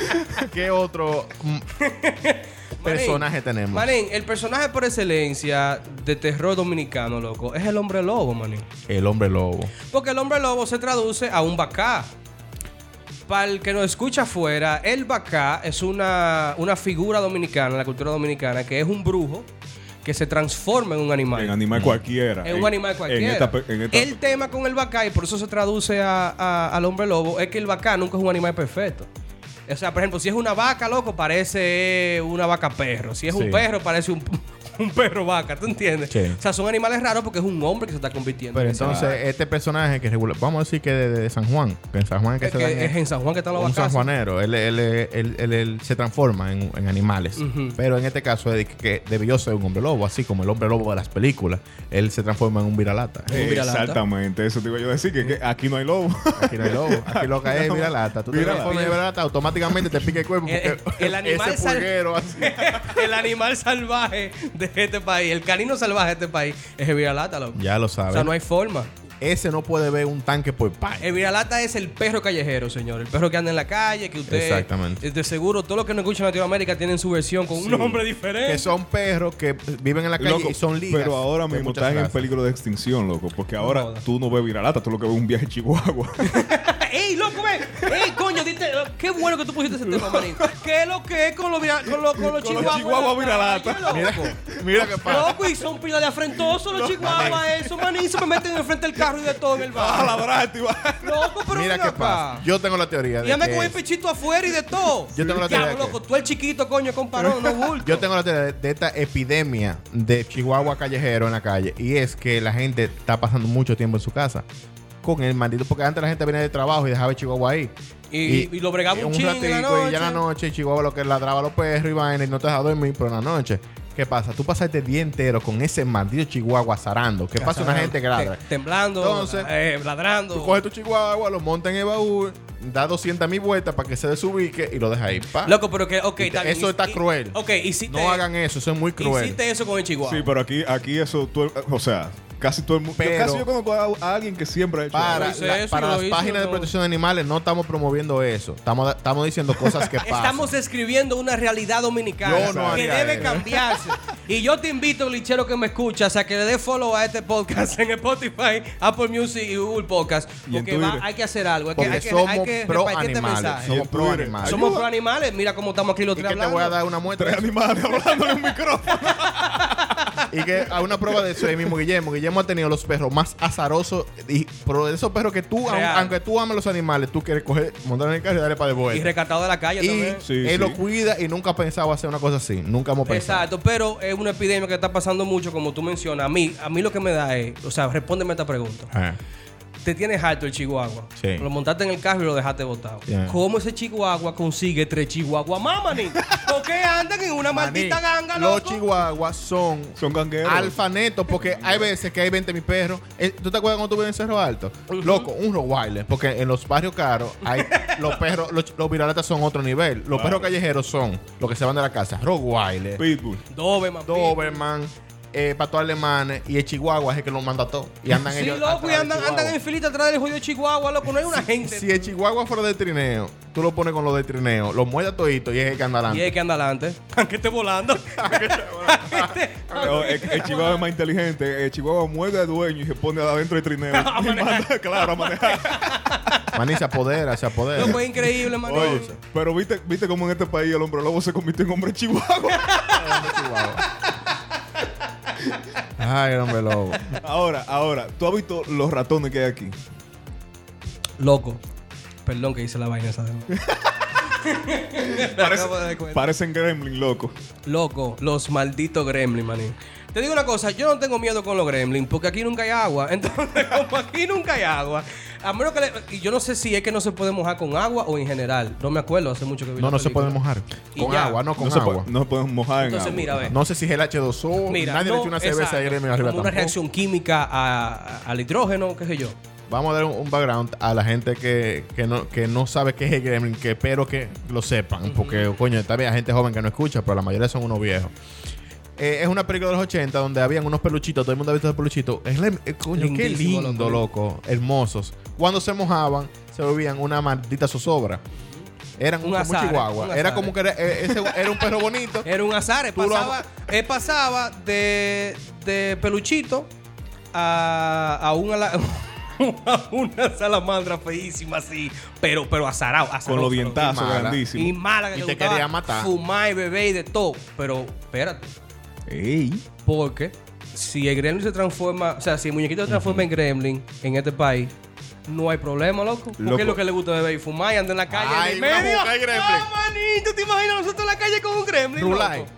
Speaker 4: ¿Qué otro mm, personaje tenemos?
Speaker 3: Manín, el personaje por excelencia de terror dominicano, loco, es el hombre lobo, manín.
Speaker 4: El hombre lobo.
Speaker 3: Porque el hombre lobo se traduce a un bacá. Para el que nos escucha afuera, el bacá es una, una figura dominicana, en la cultura dominicana, que es un brujo que se transforma en un animal.
Speaker 2: en animal cualquiera.
Speaker 3: Es un
Speaker 2: En-
Speaker 3: animal cualquiera.
Speaker 2: En esta, pe- en esta-
Speaker 3: El tema con el bacá, y por eso se traduce a- a- al hombre lobo, es que el bacá nunca es un animal perfecto. O sea, por ejemplo, si es una vaca, loco, parece eh, una vaca perro. Si es
Speaker 4: Sí.
Speaker 3: un perro, parece un, un perro vaca. ¿Tú entiendes?
Speaker 4: Sí.
Speaker 3: O sea, son animales raros porque es un hombre que se está convirtiendo.
Speaker 4: Pero
Speaker 3: en ese
Speaker 4: entonces,
Speaker 3: animal.
Speaker 4: este personaje que regula, vamos a decir que de, de San Juan, que en San Juan que
Speaker 3: es,
Speaker 4: se
Speaker 3: que
Speaker 4: dan-
Speaker 3: es en San Juan que están los
Speaker 4: un
Speaker 3: vacas.
Speaker 4: sanjuanero, él, él- él- él- él- él se transforma en, en animales.
Speaker 3: Ujú.
Speaker 4: Pero en este caso es de que debió ser un hombre lobo, así como el hombre lobo de las películas. Él se transforma en un viralata.
Speaker 3: Eh. un viralata.
Speaker 2: Exactamente, eso te iba yo a decir, que, que aquí no hay lobo.
Speaker 4: Aquí no hay lobo, aquí lo que es viralata. Tú te
Speaker 2: Viralata.
Speaker 4: transformas en viralata, automáticamente te pica el cuerpo.
Speaker 3: El- el-
Speaker 4: porque
Speaker 3: el animal
Speaker 4: ese
Speaker 3: sal-
Speaker 4: pulguero así.
Speaker 3: el animal salvaje de este país, el canino salvaje de este país es el viralata, loco.
Speaker 4: Ya lo
Speaker 3: o
Speaker 4: sabes.
Speaker 3: sea, no hay forma.
Speaker 4: Ese no puede ver un tanque por pay.
Speaker 3: El viralata es el perro callejero, señor. El perro que anda en la calle, que usted.
Speaker 4: Exactamente.
Speaker 3: De seguro, todos los que nos escuchan en Latinoamérica tienen su versión con un nombre diferente.
Speaker 4: Que son perros que viven en la calle
Speaker 2: Loco,
Speaker 4: y son ligas.
Speaker 2: pero ahora
Speaker 4: de
Speaker 2: mismo
Speaker 4: muchas
Speaker 2: estás en
Speaker 4: razas.
Speaker 2: peligro de extinción, loco, porque ahora
Speaker 3: jodas.
Speaker 2: tú no ves viralata, tú lo que ves es un viaje a chihuahua.
Speaker 3: ¡Ey, loco, ven! ¡Ey, coño! diste- ¡Qué bueno que tú pusiste ese tema, manín! ¿Qué es lo que es con los vira- con los- con los
Speaker 2: Con los
Speaker 3: chihuahuas?
Speaker 2: chihuahuas viralata.
Speaker 3: Mira,
Speaker 4: Mira qué pasa.
Speaker 3: Loco, y son pila de afrentosos los chihuahuas, eso, manín. Se me meten enfrente del carro y de todo en el
Speaker 2: a
Speaker 3: bar.
Speaker 2: ladrarte, va.
Speaker 3: Loco, pero
Speaker 4: Ah. Mira
Speaker 3: ven
Speaker 4: qué
Speaker 3: acá.
Speaker 4: pasa. Yo tengo la teoría. De
Speaker 3: Ya me
Speaker 4: que
Speaker 3: con el
Speaker 4: es-
Speaker 3: pechito afuera y de todo.
Speaker 4: Yo tengo la teoría
Speaker 3: Diablo,
Speaker 4: de que-
Speaker 3: loco, tú el chiquito, coño, comparó, no bulto.
Speaker 4: Yo tengo la teoría de, de esta epidemia de chihuahua callejero en la calle. Y es que la gente está pasando mucho tiempo en su casa. Con el maldito. Porque antes la gente venía de trabajo y dejaba el chihuahua ahí.
Speaker 3: Y- y lo bregaba un chin en la
Speaker 4: Y ya en la
Speaker 3: noche.
Speaker 4: noche el chihuahua lo que ladraba a los perros y vaina y no te dejaba dormir, pero en la noche. ¿Qué pasa? Tú pasaste el día entero con ese maldito chihuahua zarando. ¿Qué pasa? Una gente que ladra.
Speaker 3: Te- Temblando,
Speaker 4: Entonces,
Speaker 3: eh, ladrando.
Speaker 4: Tú coges tu chihuahua, lo montas en el baúl, da 200 mil vueltas para que se desubique y lo dejas ahí. Pa.
Speaker 3: Loco, pero que, ok,
Speaker 4: Y te-
Speaker 3: está bien.
Speaker 4: eso
Speaker 3: Y-
Speaker 4: está
Speaker 3: y-
Speaker 4: cruel.
Speaker 3: Ok, hiciste,
Speaker 4: no hagan eso, eso es muy cruel.
Speaker 3: hiciste eso con el chihuahua.
Speaker 2: Sí, pero aquí, aquí eso, tú, o sea, Casi todo el mundo.
Speaker 4: Pero-
Speaker 2: casi yo conozco a, a alguien que siempre ha hecho
Speaker 4: Para,
Speaker 3: hice
Speaker 4: la-
Speaker 3: eso,
Speaker 4: para
Speaker 3: yo
Speaker 4: las
Speaker 3: hice,
Speaker 4: páginas de
Speaker 3: no.
Speaker 4: protección de animales no estamos promoviendo eso. Estamos, estamos diciendo cosas que pasan.
Speaker 3: Estamos escribiendo una realidad dominicana
Speaker 4: Yo no
Speaker 3: que
Speaker 4: haría
Speaker 3: debe
Speaker 4: eso.
Speaker 3: cambiarse. Y yo te invito, lichero que me escuchas, a que le dé follow a este podcast en Spotify, Apple Music y Google Podcast.
Speaker 2: Y en
Speaker 3: Porque va-
Speaker 2: Twitter.
Speaker 3: hay que hacer algo. Hay que,
Speaker 4: porque
Speaker 3: hay que,
Speaker 4: somos
Speaker 3: hay que
Speaker 4: pro
Speaker 3: repartir este
Speaker 4: animales.
Speaker 3: mensaje.
Speaker 4: Somos
Speaker 2: Y
Speaker 4: pro
Speaker 2: Twitter.
Speaker 4: animales.
Speaker 3: Somos
Speaker 2: Ayuda.
Speaker 3: pro animales. Mira cómo estamos aquí los
Speaker 4: y
Speaker 3: tres
Speaker 4: que te
Speaker 3: hablando.
Speaker 4: voy a dar una muestra.
Speaker 2: tres animales hablándole en un micrófono.
Speaker 4: Y que a una prueba de eso ahí mismo, Guillermo. Guillermo ha tenido los perros más azarosos. Y, pero de esos perros que tú, aun-
Speaker 3: Real.
Speaker 4: aunque tú ames los animales, tú quieres coger, montar en el carro y darle para de
Speaker 3: Y
Speaker 4: vuelta.
Speaker 3: rescatado de la calle
Speaker 4: Y,
Speaker 3: también.
Speaker 2: Sí,
Speaker 4: él
Speaker 2: sí.
Speaker 4: lo cuida y nunca ha pensado hacer una cosa así. Nunca hemos pensado.
Speaker 3: Exacto, pero es una epidemia que está pasando mucho, como tú mencionas. A mí, a mí lo que me da es, o sea, respóndeme esta pregunta.
Speaker 4: Ah.
Speaker 2: Eh.
Speaker 3: Te tienes harto el chihuahua.
Speaker 4: Sí.
Speaker 3: Lo montaste en el carro y lo dejaste botado.
Speaker 4: Yeah.
Speaker 3: ¿Cómo ese chihuahua consigue tres chihuahuas más, maní? ¿Por qué andan en una maldita
Speaker 4: Maní,
Speaker 3: ganga,
Speaker 4: los
Speaker 3: loco?
Speaker 4: chihuahuas son
Speaker 2: Son gangueros.
Speaker 4: alfanetos porque hay veces que hay 20 mil perros. Eh, ¿Tú te acuerdas cuando tú vivías en Cerro Alto? Loco, un Rottweiler. Porque en los barrios caros hay los perros, los, los viralatas son otro nivel. Los perros callejeros son los que se van de la casa. Rottweiler,
Speaker 2: Pitbull.
Speaker 3: Doberman.
Speaker 4: Doberman, eh, pato alemanes y el Chihuahua es el que los manda a todos. Y andan
Speaker 3: Sí,
Speaker 4: ellos
Speaker 3: loco,
Speaker 4: atrás
Speaker 3: y
Speaker 4: del
Speaker 3: andan,
Speaker 4: Chihuahua.
Speaker 3: andan en filita atrás del jodido chihuahua, loco. No hay una gente.
Speaker 4: Si el Chihuahua fuera de trineo, tú lo pones con los de trineo, lo muerde a todito y es el que
Speaker 3: Y
Speaker 4: anda adelante.
Speaker 3: es que anda adelante. Aunque esté volando. Aunque esté-
Speaker 2: No, el, el Chihuahua es más inteligente. El Chihuahua muerde al dueño y se pone adentro del trineo.
Speaker 3: A
Speaker 2: y manda, claro, a manejar.
Speaker 4: Maní se apodera, se apodera.
Speaker 3: Loco, es increíble, mano.
Speaker 2: Oye, pero viste, viste cómo en este país el hombre lobo se convirtió en hombre chihuahua.
Speaker 4: Ay, hombre lobo.
Speaker 2: ahora, ahora, tú has visto los ratones que hay aquí.
Speaker 3: Loco. Perdón que hice la vaina esa de nuevo. Me acabo de dar cuenta.
Speaker 2: Parecen gremlin, loco.
Speaker 3: Loco, los malditos gremlins, maní. Te digo una cosa, yo no tengo miedo con los gremlins porque aquí nunca hay agua. Entonces, como aquí nunca hay agua, a menos que le- y yo no sé si es que no se puede mojar con agua o en general. No me acuerdo, hace mucho que vi
Speaker 4: No,
Speaker 3: la
Speaker 4: no se
Speaker 3: película.
Speaker 4: pueden mojar.
Speaker 3: Y
Speaker 4: Con
Speaker 3: ya.
Speaker 4: agua, no con
Speaker 2: no, se
Speaker 4: agua.
Speaker 2: po- no se pueden mojar
Speaker 3: Entonces,
Speaker 2: en agua.
Speaker 3: mira, ve.
Speaker 4: No sé si es el H2O.
Speaker 3: Mira,
Speaker 4: nadie
Speaker 3: no,
Speaker 4: le echa una cerveza
Speaker 3: exacto,
Speaker 4: de gremio arriba
Speaker 3: como una
Speaker 4: tampoco.
Speaker 3: reacción química a- al hidrógeno, qué sé yo.
Speaker 4: Vamos a dar un, un background a la gente que, que, no, que no sabe qué es el gremlin, que espero que lo sepan. Porque, coño, está bien, hay gente joven que no escucha, pero la mayoría son unos viejos. Eh, es una película de los 80 donde habían unos peluchitos, todo el mundo ha visto los peluchitos. Es la- eh, coño, qué
Speaker 3: Lindísimo,
Speaker 4: lindo,
Speaker 3: loco.
Speaker 4: loco. Hermosos. Cuando se mojaban, se volvían una maldita zozobra. Eran
Speaker 3: Un
Speaker 4: como
Speaker 3: azar,
Speaker 4: chihuahua.
Speaker 3: un
Speaker 4: era
Speaker 3: azar.
Speaker 4: como que era, eh, ese- era un perro bonito.
Speaker 3: Era un azar, él
Speaker 4: Tú lo
Speaker 3: pasaba, él pasaba de, de peluchito a, a una la- a una salamandra feísima así, pero pero azarado,
Speaker 2: Con
Speaker 3: azaroso,
Speaker 2: los
Speaker 4: Y
Speaker 2: dientazos
Speaker 4: mala.
Speaker 3: Y
Speaker 2: grandísimos.
Speaker 3: mala que
Speaker 4: Y
Speaker 3: le
Speaker 4: te
Speaker 3: gustaba
Speaker 4: quería matar.
Speaker 3: Fumar y beber y de todo, pero espérate,
Speaker 2: Ey.
Speaker 3: porque si el gremlin se transforma, o sea, si el muñequito se transforma en gremlin en este país, no hay problema, loco. Porque
Speaker 4: Loco.
Speaker 3: es lo que le gusta beber y fumar y andar en la calle
Speaker 4: Ay,
Speaker 3: en el
Speaker 4: una
Speaker 3: medio.
Speaker 4: boca de gremlin.
Speaker 3: Ah, manito, ¿te imaginas nosotros en la calle con un gremlin?
Speaker 4: Rulay.
Speaker 3: loco?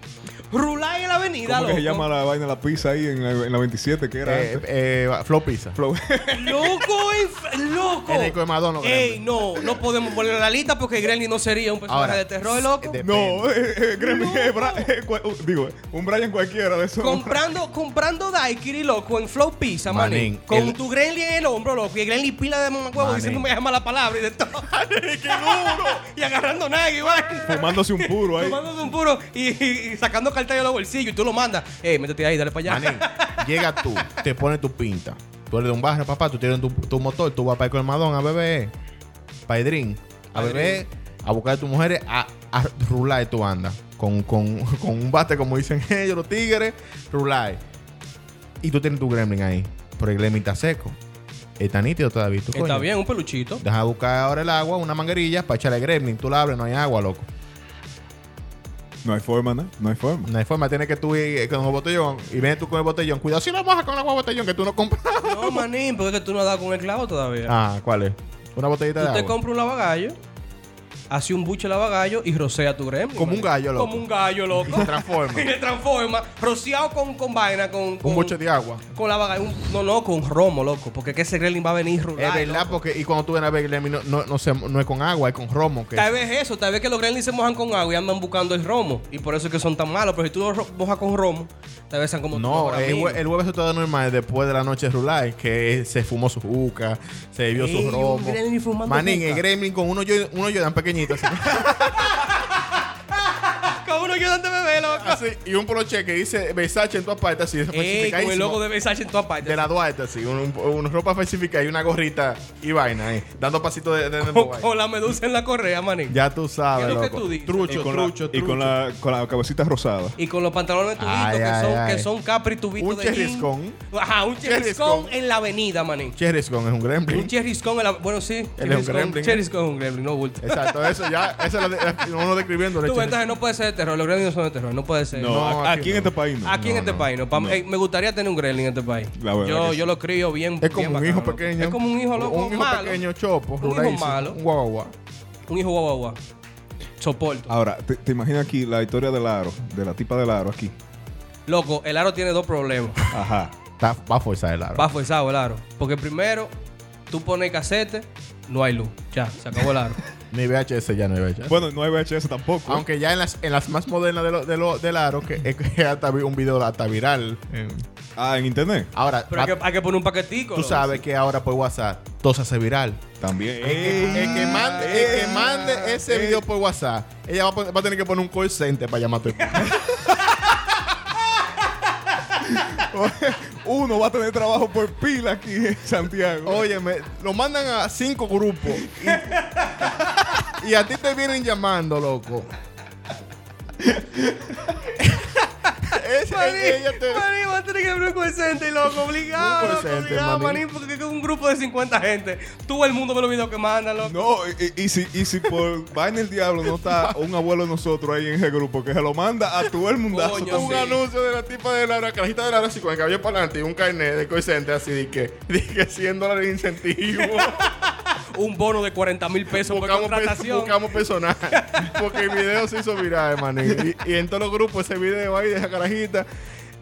Speaker 3: Rulay en la avenida,
Speaker 2: ¿Cómo que se
Speaker 3: loco.
Speaker 2: llama la vaina de la pizza ahí en la, en la 27? que era?
Speaker 4: Eh,
Speaker 2: antes?
Speaker 4: eh, Flow Pizza.
Speaker 2: Flow.
Speaker 3: Loco, inf- loco.
Speaker 4: El Nico de Madonna,
Speaker 3: Ey, no, no podemos poner la lista porque Gremlin no sería un personaje
Speaker 4: Ahora,
Speaker 3: de terror, loco.
Speaker 4: de-
Speaker 2: no, eh, eh, gremlin,
Speaker 3: Loco.
Speaker 2: eh, Bra- eh, cua- uh, digo, eh, un Brian cualquiera de esos.
Speaker 3: comprando, comprando Daiquiri, loco, en Flow Pizza, manín.
Speaker 4: Manín,
Speaker 3: Con
Speaker 4: el-
Speaker 3: tu Gremlin en el hombro, loco. Y el Gremlin pila de mamacuevo
Speaker 4: Manín.
Speaker 3: diciéndome llama la palabra y de todo. ¡Qué duro! y agarrando nada igual.
Speaker 2: Fumándose un puro ahí.
Speaker 3: Tomándose un puro y, y- y sacando cartel de los bolsillos y tú lo mandas. Ey, métete ahí, dale para allá.
Speaker 4: Manín, llega tú, te pones tu pinta. Tú eres de un barrio, papá, tú tienes tu, tu motor, tú vas para el colmadón a beber, para el drink, a
Speaker 3: Para el
Speaker 4: beber, a buscar a tus mujeres, a, a rular tu banda. Con, con- con un bate, como dicen ellos, los tigres, rular. Y tú tienes tu gremlin ahí. Pero el gremlin está seco. Está nítido todavía. ¿tú,
Speaker 3: Está
Speaker 4: coño?
Speaker 3: bien, un peluchito.
Speaker 4: Deja buscar ahora el agua, una manguerilla, para echarle gremlin. Tú la abres, no hay agua, loco.
Speaker 2: No hay forma, ¿no? No hay forma.
Speaker 4: No hay forma, tienes que tú ir eh, con el botellón y vienes tú con el botellón. Cuidado si lo mojas con el agua de botellón que tú no compras.
Speaker 3: No, manín, porque es que tú no has dado con el clavo todavía.
Speaker 4: Ah, ¿cuál es? Una botellita
Speaker 3: Tú
Speaker 4: de
Speaker 3: te
Speaker 4: agua.
Speaker 3: compras un lavagallo, hace un buche lavagallo y rocea tu gremlin.
Speaker 4: Como un gallo, loco.
Speaker 3: Como un gallo, loco.
Speaker 4: Se transforma.
Speaker 3: y le transforma, rociado con, con vaina, con, con,
Speaker 4: Un boche de agua.
Speaker 3: con lavagallo. un- no, no, con romo, loco. Porque es que ese gremlin va a venir
Speaker 4: Es
Speaker 3: rural.
Speaker 4: verdad,
Speaker 3: loco.
Speaker 4: porque y cuando tú vienes a ver Glemmy, no, no, no, se- no es con agua, es con romo. Que
Speaker 3: Tal vez eso, tal vez que los gremlins se mojan con agua y andan buscando el romo. Y por eso es que son tan malos. Pero si tú los ro- mojas con romo, tal vez sean como tú
Speaker 4: no,
Speaker 3: ahora
Speaker 4: el,
Speaker 3: mismo.
Speaker 4: hue- el huevo se todo normal después de la noche de Rulay, que se fumó su juca, se bebió
Speaker 3: Ey,
Speaker 4: su
Speaker 3: un
Speaker 4: romo.
Speaker 3: gremlin fumando
Speaker 4: Manín,
Speaker 3: juca.
Speaker 4: el gremlin con uno yo, uno yo tan pequeñito. así.
Speaker 3: Con uno ayudan de bebé, loco.
Speaker 4: Así, y un poloche que dice Versace en tu parte, así, eso
Speaker 3: Ey, con el logo de Versace en todas partes.
Speaker 4: de la Duarte, así, un, un- una ropa falsificada y una gorrita y vaina ahí, dando pasitos de, de, de
Speaker 3: con,
Speaker 4: Dubai.
Speaker 3: con la medusa en la correa, maní.
Speaker 4: Ya tú sabes,
Speaker 3: ¿Qué es lo que
Speaker 4: loco.
Speaker 3: tú dices?
Speaker 4: Trucho,
Speaker 2: Y con,
Speaker 4: trucho,
Speaker 2: la, y
Speaker 4: trucho.
Speaker 2: con la, con la cabecita rosada.
Speaker 3: Y con los pantalones tubitos
Speaker 4: Ay,
Speaker 3: que,
Speaker 4: ay,
Speaker 3: son,
Speaker 4: ay.
Speaker 3: que son capri tubitos
Speaker 4: Un
Speaker 3: de
Speaker 4: cherry
Speaker 3: jean.
Speaker 4: scone.
Speaker 3: Ajá, un cherry
Speaker 4: Cherry
Speaker 3: scone
Speaker 4: scone.
Speaker 3: en la avenida, maní.
Speaker 4: Cherry Scone es un gremlin.
Speaker 3: Un cherry scone en la... Bueno, sí.
Speaker 4: es
Speaker 3: cherry
Speaker 4: un
Speaker 3: scone-
Speaker 4: gremlin,
Speaker 3: Cherry
Speaker 4: ¿eh?
Speaker 3: scone es un gremlin, no bulto.
Speaker 4: Exacto, eso ya, eso es la de- uno describiendo.
Speaker 3: Tú, entonces no puede ser de terror. Los gremlins no son de terror. No puede ser.
Speaker 2: No,
Speaker 4: No,
Speaker 2: a-
Speaker 4: aquí
Speaker 2: aquí, en
Speaker 4: no.
Speaker 2: este país no.
Speaker 3: Aquí en este país, no. Pa- eh, me gustaría tener un gremlin en este país.
Speaker 2: La verdad
Speaker 3: yo,
Speaker 2: que sí.
Speaker 3: yo lo crío bien.
Speaker 4: Es como
Speaker 3: bien
Speaker 4: un hijo
Speaker 3: bacano, loco.
Speaker 4: pequeño.
Speaker 3: Es como un hijo loco.
Speaker 4: Un hijo
Speaker 3: malo.
Speaker 4: pequeño chopo,
Speaker 3: hijo
Speaker 4: ruralizo,
Speaker 3: malo.
Speaker 4: Un guagua.
Speaker 3: Un hijo guau, guau, guau. Soporto.
Speaker 2: Ahora, te, te imaginas aquí la historia del aro, de la tipa del aro aquí.
Speaker 3: Loco, el aro tiene dos problemas.
Speaker 2: Ajá.
Speaker 4: Está, va a forzar el aro.
Speaker 3: Va forzado el aro. Porque primero, tú pones casete, no hay luz. Ya, se acabó el aro.
Speaker 4: Ni VHS ya no hay VHS.
Speaker 2: Bueno, no hay VHS tampoco.
Speaker 4: Aunque ya en las, en las más modernas de lo, de lo- del aro, que es que hasta vi un video hasta viral. en-
Speaker 2: Ah, en internet.
Speaker 4: Ahora,
Speaker 3: Pero
Speaker 4: va-
Speaker 3: hay que, hay que poner un paquetico.
Speaker 4: tú
Speaker 3: loco.
Speaker 4: sabes que ahora por WhatsApp todo se hace viral.
Speaker 2: También. Eh,
Speaker 4: El que, el que mande, el que
Speaker 3: Eh.
Speaker 4: mande ese
Speaker 2: Ey.
Speaker 4: video por WhatsApp, ella va a, pon- va a tener que poner un call center para llamar a tu
Speaker 2: Uno va a tener trabajo por pila aquí en Santiago.
Speaker 4: Óyeme, lo mandan a cinco grupos. Y, y a ti te vienen llamando, loco. Ese-
Speaker 3: Maní,
Speaker 4: ella te-
Speaker 3: maní, vas a tener que abrir un presente, loco, obligado,
Speaker 4: este- Un
Speaker 3: loco,
Speaker 4: presente,
Speaker 3: obligado,
Speaker 4: maní.
Speaker 3: maní, porque es un grupo de 50 gente. Todo el mundo ve los videos que mandan, loco.
Speaker 2: No, y, y si, y si por vaina el diablo no está un abuelo de nosotros ahí en ese grupo que se lo manda a todo el mundazo.
Speaker 3: Coño,
Speaker 4: un
Speaker 2: también.
Speaker 3: sí.
Speaker 4: anuncio de la tipa de la carajita de la así con el cabello para adelante y un carnet de call center así de que, de que 100 dólares de incentivo.
Speaker 3: Un bono de 40 mil pesos
Speaker 4: buscamos,
Speaker 3: por
Speaker 4: pe-
Speaker 3: contratación.
Speaker 4: buscamos personal. Porque el video se hizo viral, maní. Y, y en todos los grupos ese video ahí de esa carajita.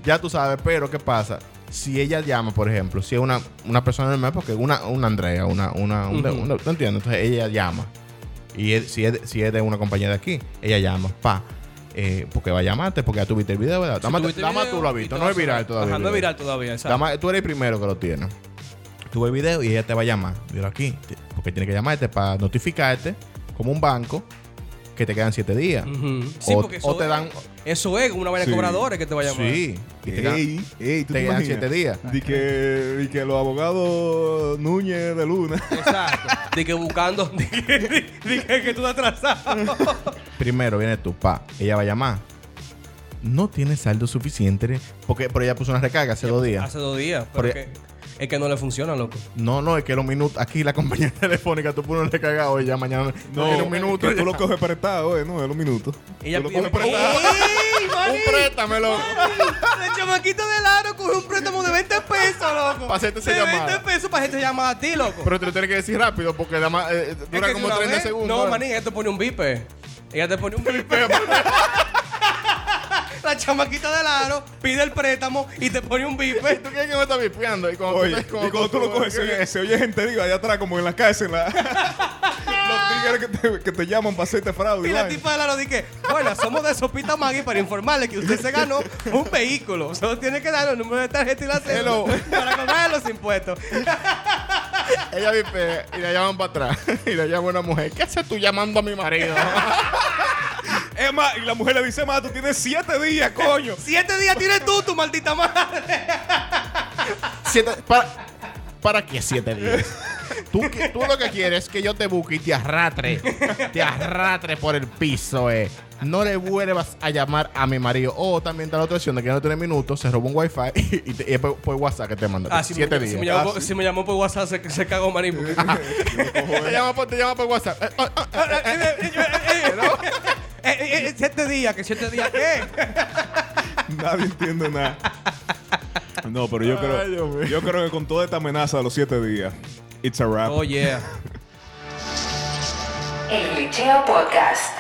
Speaker 4: Ya tú sabes, pero ¿qué pasa? Si ella llama, por ejemplo, si es una, una persona normal, porque una, una Andrea, una, una, un-
Speaker 3: Ujú.
Speaker 4: una- no entiendo. Entonces ella llama. Y es- si, es, de- si es de una compañía de aquí, ella llama, pa. eh, porque va a llamarte, porque ya tuviste el video, ¿verdad?
Speaker 3: Si
Speaker 4: Dama,
Speaker 3: tuviste
Speaker 4: dama
Speaker 3: video
Speaker 4: tú lo has
Speaker 3: y
Speaker 4: visto,
Speaker 3: te
Speaker 4: no
Speaker 3: vas
Speaker 4: es
Speaker 3: a-
Speaker 4: viral todavía.
Speaker 3: Ajá,
Speaker 4: el
Speaker 3: no es
Speaker 4: video.
Speaker 3: viral todavía, exacto.
Speaker 4: Dama, tú eres el primero que lo tiene. Tuve el video y ella te va a llamar. Dilo aquí. te- Porque tiene que llamarte para notificarte, como un banco, que te quedan siete días.
Speaker 3: Ujú. Mm. Sí,
Speaker 4: o,
Speaker 3: porque
Speaker 4: o
Speaker 3: eso
Speaker 4: te
Speaker 3: es-
Speaker 4: dan.
Speaker 3: Eso es una vaina
Speaker 2: Sí.
Speaker 3: de cobradores que te va a llamar.
Speaker 4: Sí. Y te, quedan,
Speaker 2: Ey, ey, ¿tú
Speaker 4: te
Speaker 2: te
Speaker 4: quedan
Speaker 2: imaginas?
Speaker 4: siete días.
Speaker 2: Di que, di que los abogados Núñez de Luna.
Speaker 3: Exacto. De que buscando. De que, de- de que- que tú te atrasado.
Speaker 4: Primero viene tu pa. Ella va a llamar. No tiene saldo suficiente. Porque, pero ella puso una recarga hace dos días.
Speaker 3: Hace dos días.
Speaker 4: Porque-
Speaker 3: Pero que- es que no le funciona, loco.
Speaker 4: No, no, es que los minutos. Aquí la compañía telefónica, tú pones una recarga hoy, ya mañana. No, tiene un minuto.
Speaker 2: que tú
Speaker 4: ya.
Speaker 2: lo coges prestado, eh, no, es los minutos.
Speaker 3: Ella
Speaker 2: Tú lo
Speaker 3: pidió-
Speaker 2: coges prestado.
Speaker 3: ¡Ey,
Speaker 4: Un
Speaker 3: maní!
Speaker 4: préstamelo.
Speaker 3: El chamaquito del aro cogió un préstamo de 20 pesos, loco.
Speaker 4: Pa' hacerte esa
Speaker 3: De
Speaker 4: llamada.
Speaker 3: 20 pesos para gente llamada a ti, loco.
Speaker 4: Pero te lo tienes que decir rápido porque nada más, eh,
Speaker 3: Es
Speaker 4: dura
Speaker 3: que
Speaker 4: como
Speaker 3: de una
Speaker 4: 30
Speaker 3: vez-
Speaker 4: segundos.
Speaker 3: No, maní, ella te pone un vipe. Ella te pone un vipe.
Speaker 4: Pero-
Speaker 3: La chamaquita del aro pide el préstamo y te pone un vipe.
Speaker 4: ¿Tú crees que me está vipeando? Y cuando,
Speaker 2: Oye,
Speaker 4: tú,
Speaker 2: y cuando tú lo coges, se oye, se oye gente, digo, allá atrás, como en la cárcel. la- los tigres que te, que te llaman para hacerte fraude.
Speaker 3: Y la
Speaker 2: vaina.
Speaker 3: tipa del aro dice, bueno, somos de Sopita Maggi para informarle que usted se ganó un vehículo. Solo tiene que dar los números de tarjeta y la cédula
Speaker 4: Hello.
Speaker 3: para cobrar los impuestos.
Speaker 4: Ella vipea y la llaman para atrás. Y la llama una mujer. ¿Qué haces tú llamando a mi marido?
Speaker 2: Es más, y la mujer le dice, más, tú tienes siete días, coño.
Speaker 3: Siete días tienes tú, tu maldita madre.
Speaker 4: Siete- para, ¿Para qué siete días? Tú, que- tú lo que quieres es que yo te busque y te arrastre. Te arrastre por el piso, eh. No le vuelvas a llamar a mi marido. O también está la otra opción de que no tiene minutos, se robó un wifi y, te- y es por, por WhatsApp que te manda.
Speaker 3: Ah, si
Speaker 4: siete
Speaker 3: me,
Speaker 4: días.
Speaker 3: Si me, llamó, por- si me llamó por WhatsApp, se, se cagó maní. porque-
Speaker 4: te, llama por, te llama por WhatsApp. Eh, ah, ah,
Speaker 3: Eh, eh, eh, siete días, que siete días, ¿qué?
Speaker 2: Nadie entiende nada. No, pero yo
Speaker 4: Ay,
Speaker 2: creo,
Speaker 4: Dios mío.
Speaker 2: yo creo que con toda esta amenaza de los siete días, it's a wrap.
Speaker 3: Oh, yeah.
Speaker 1: El Liceo Podcast.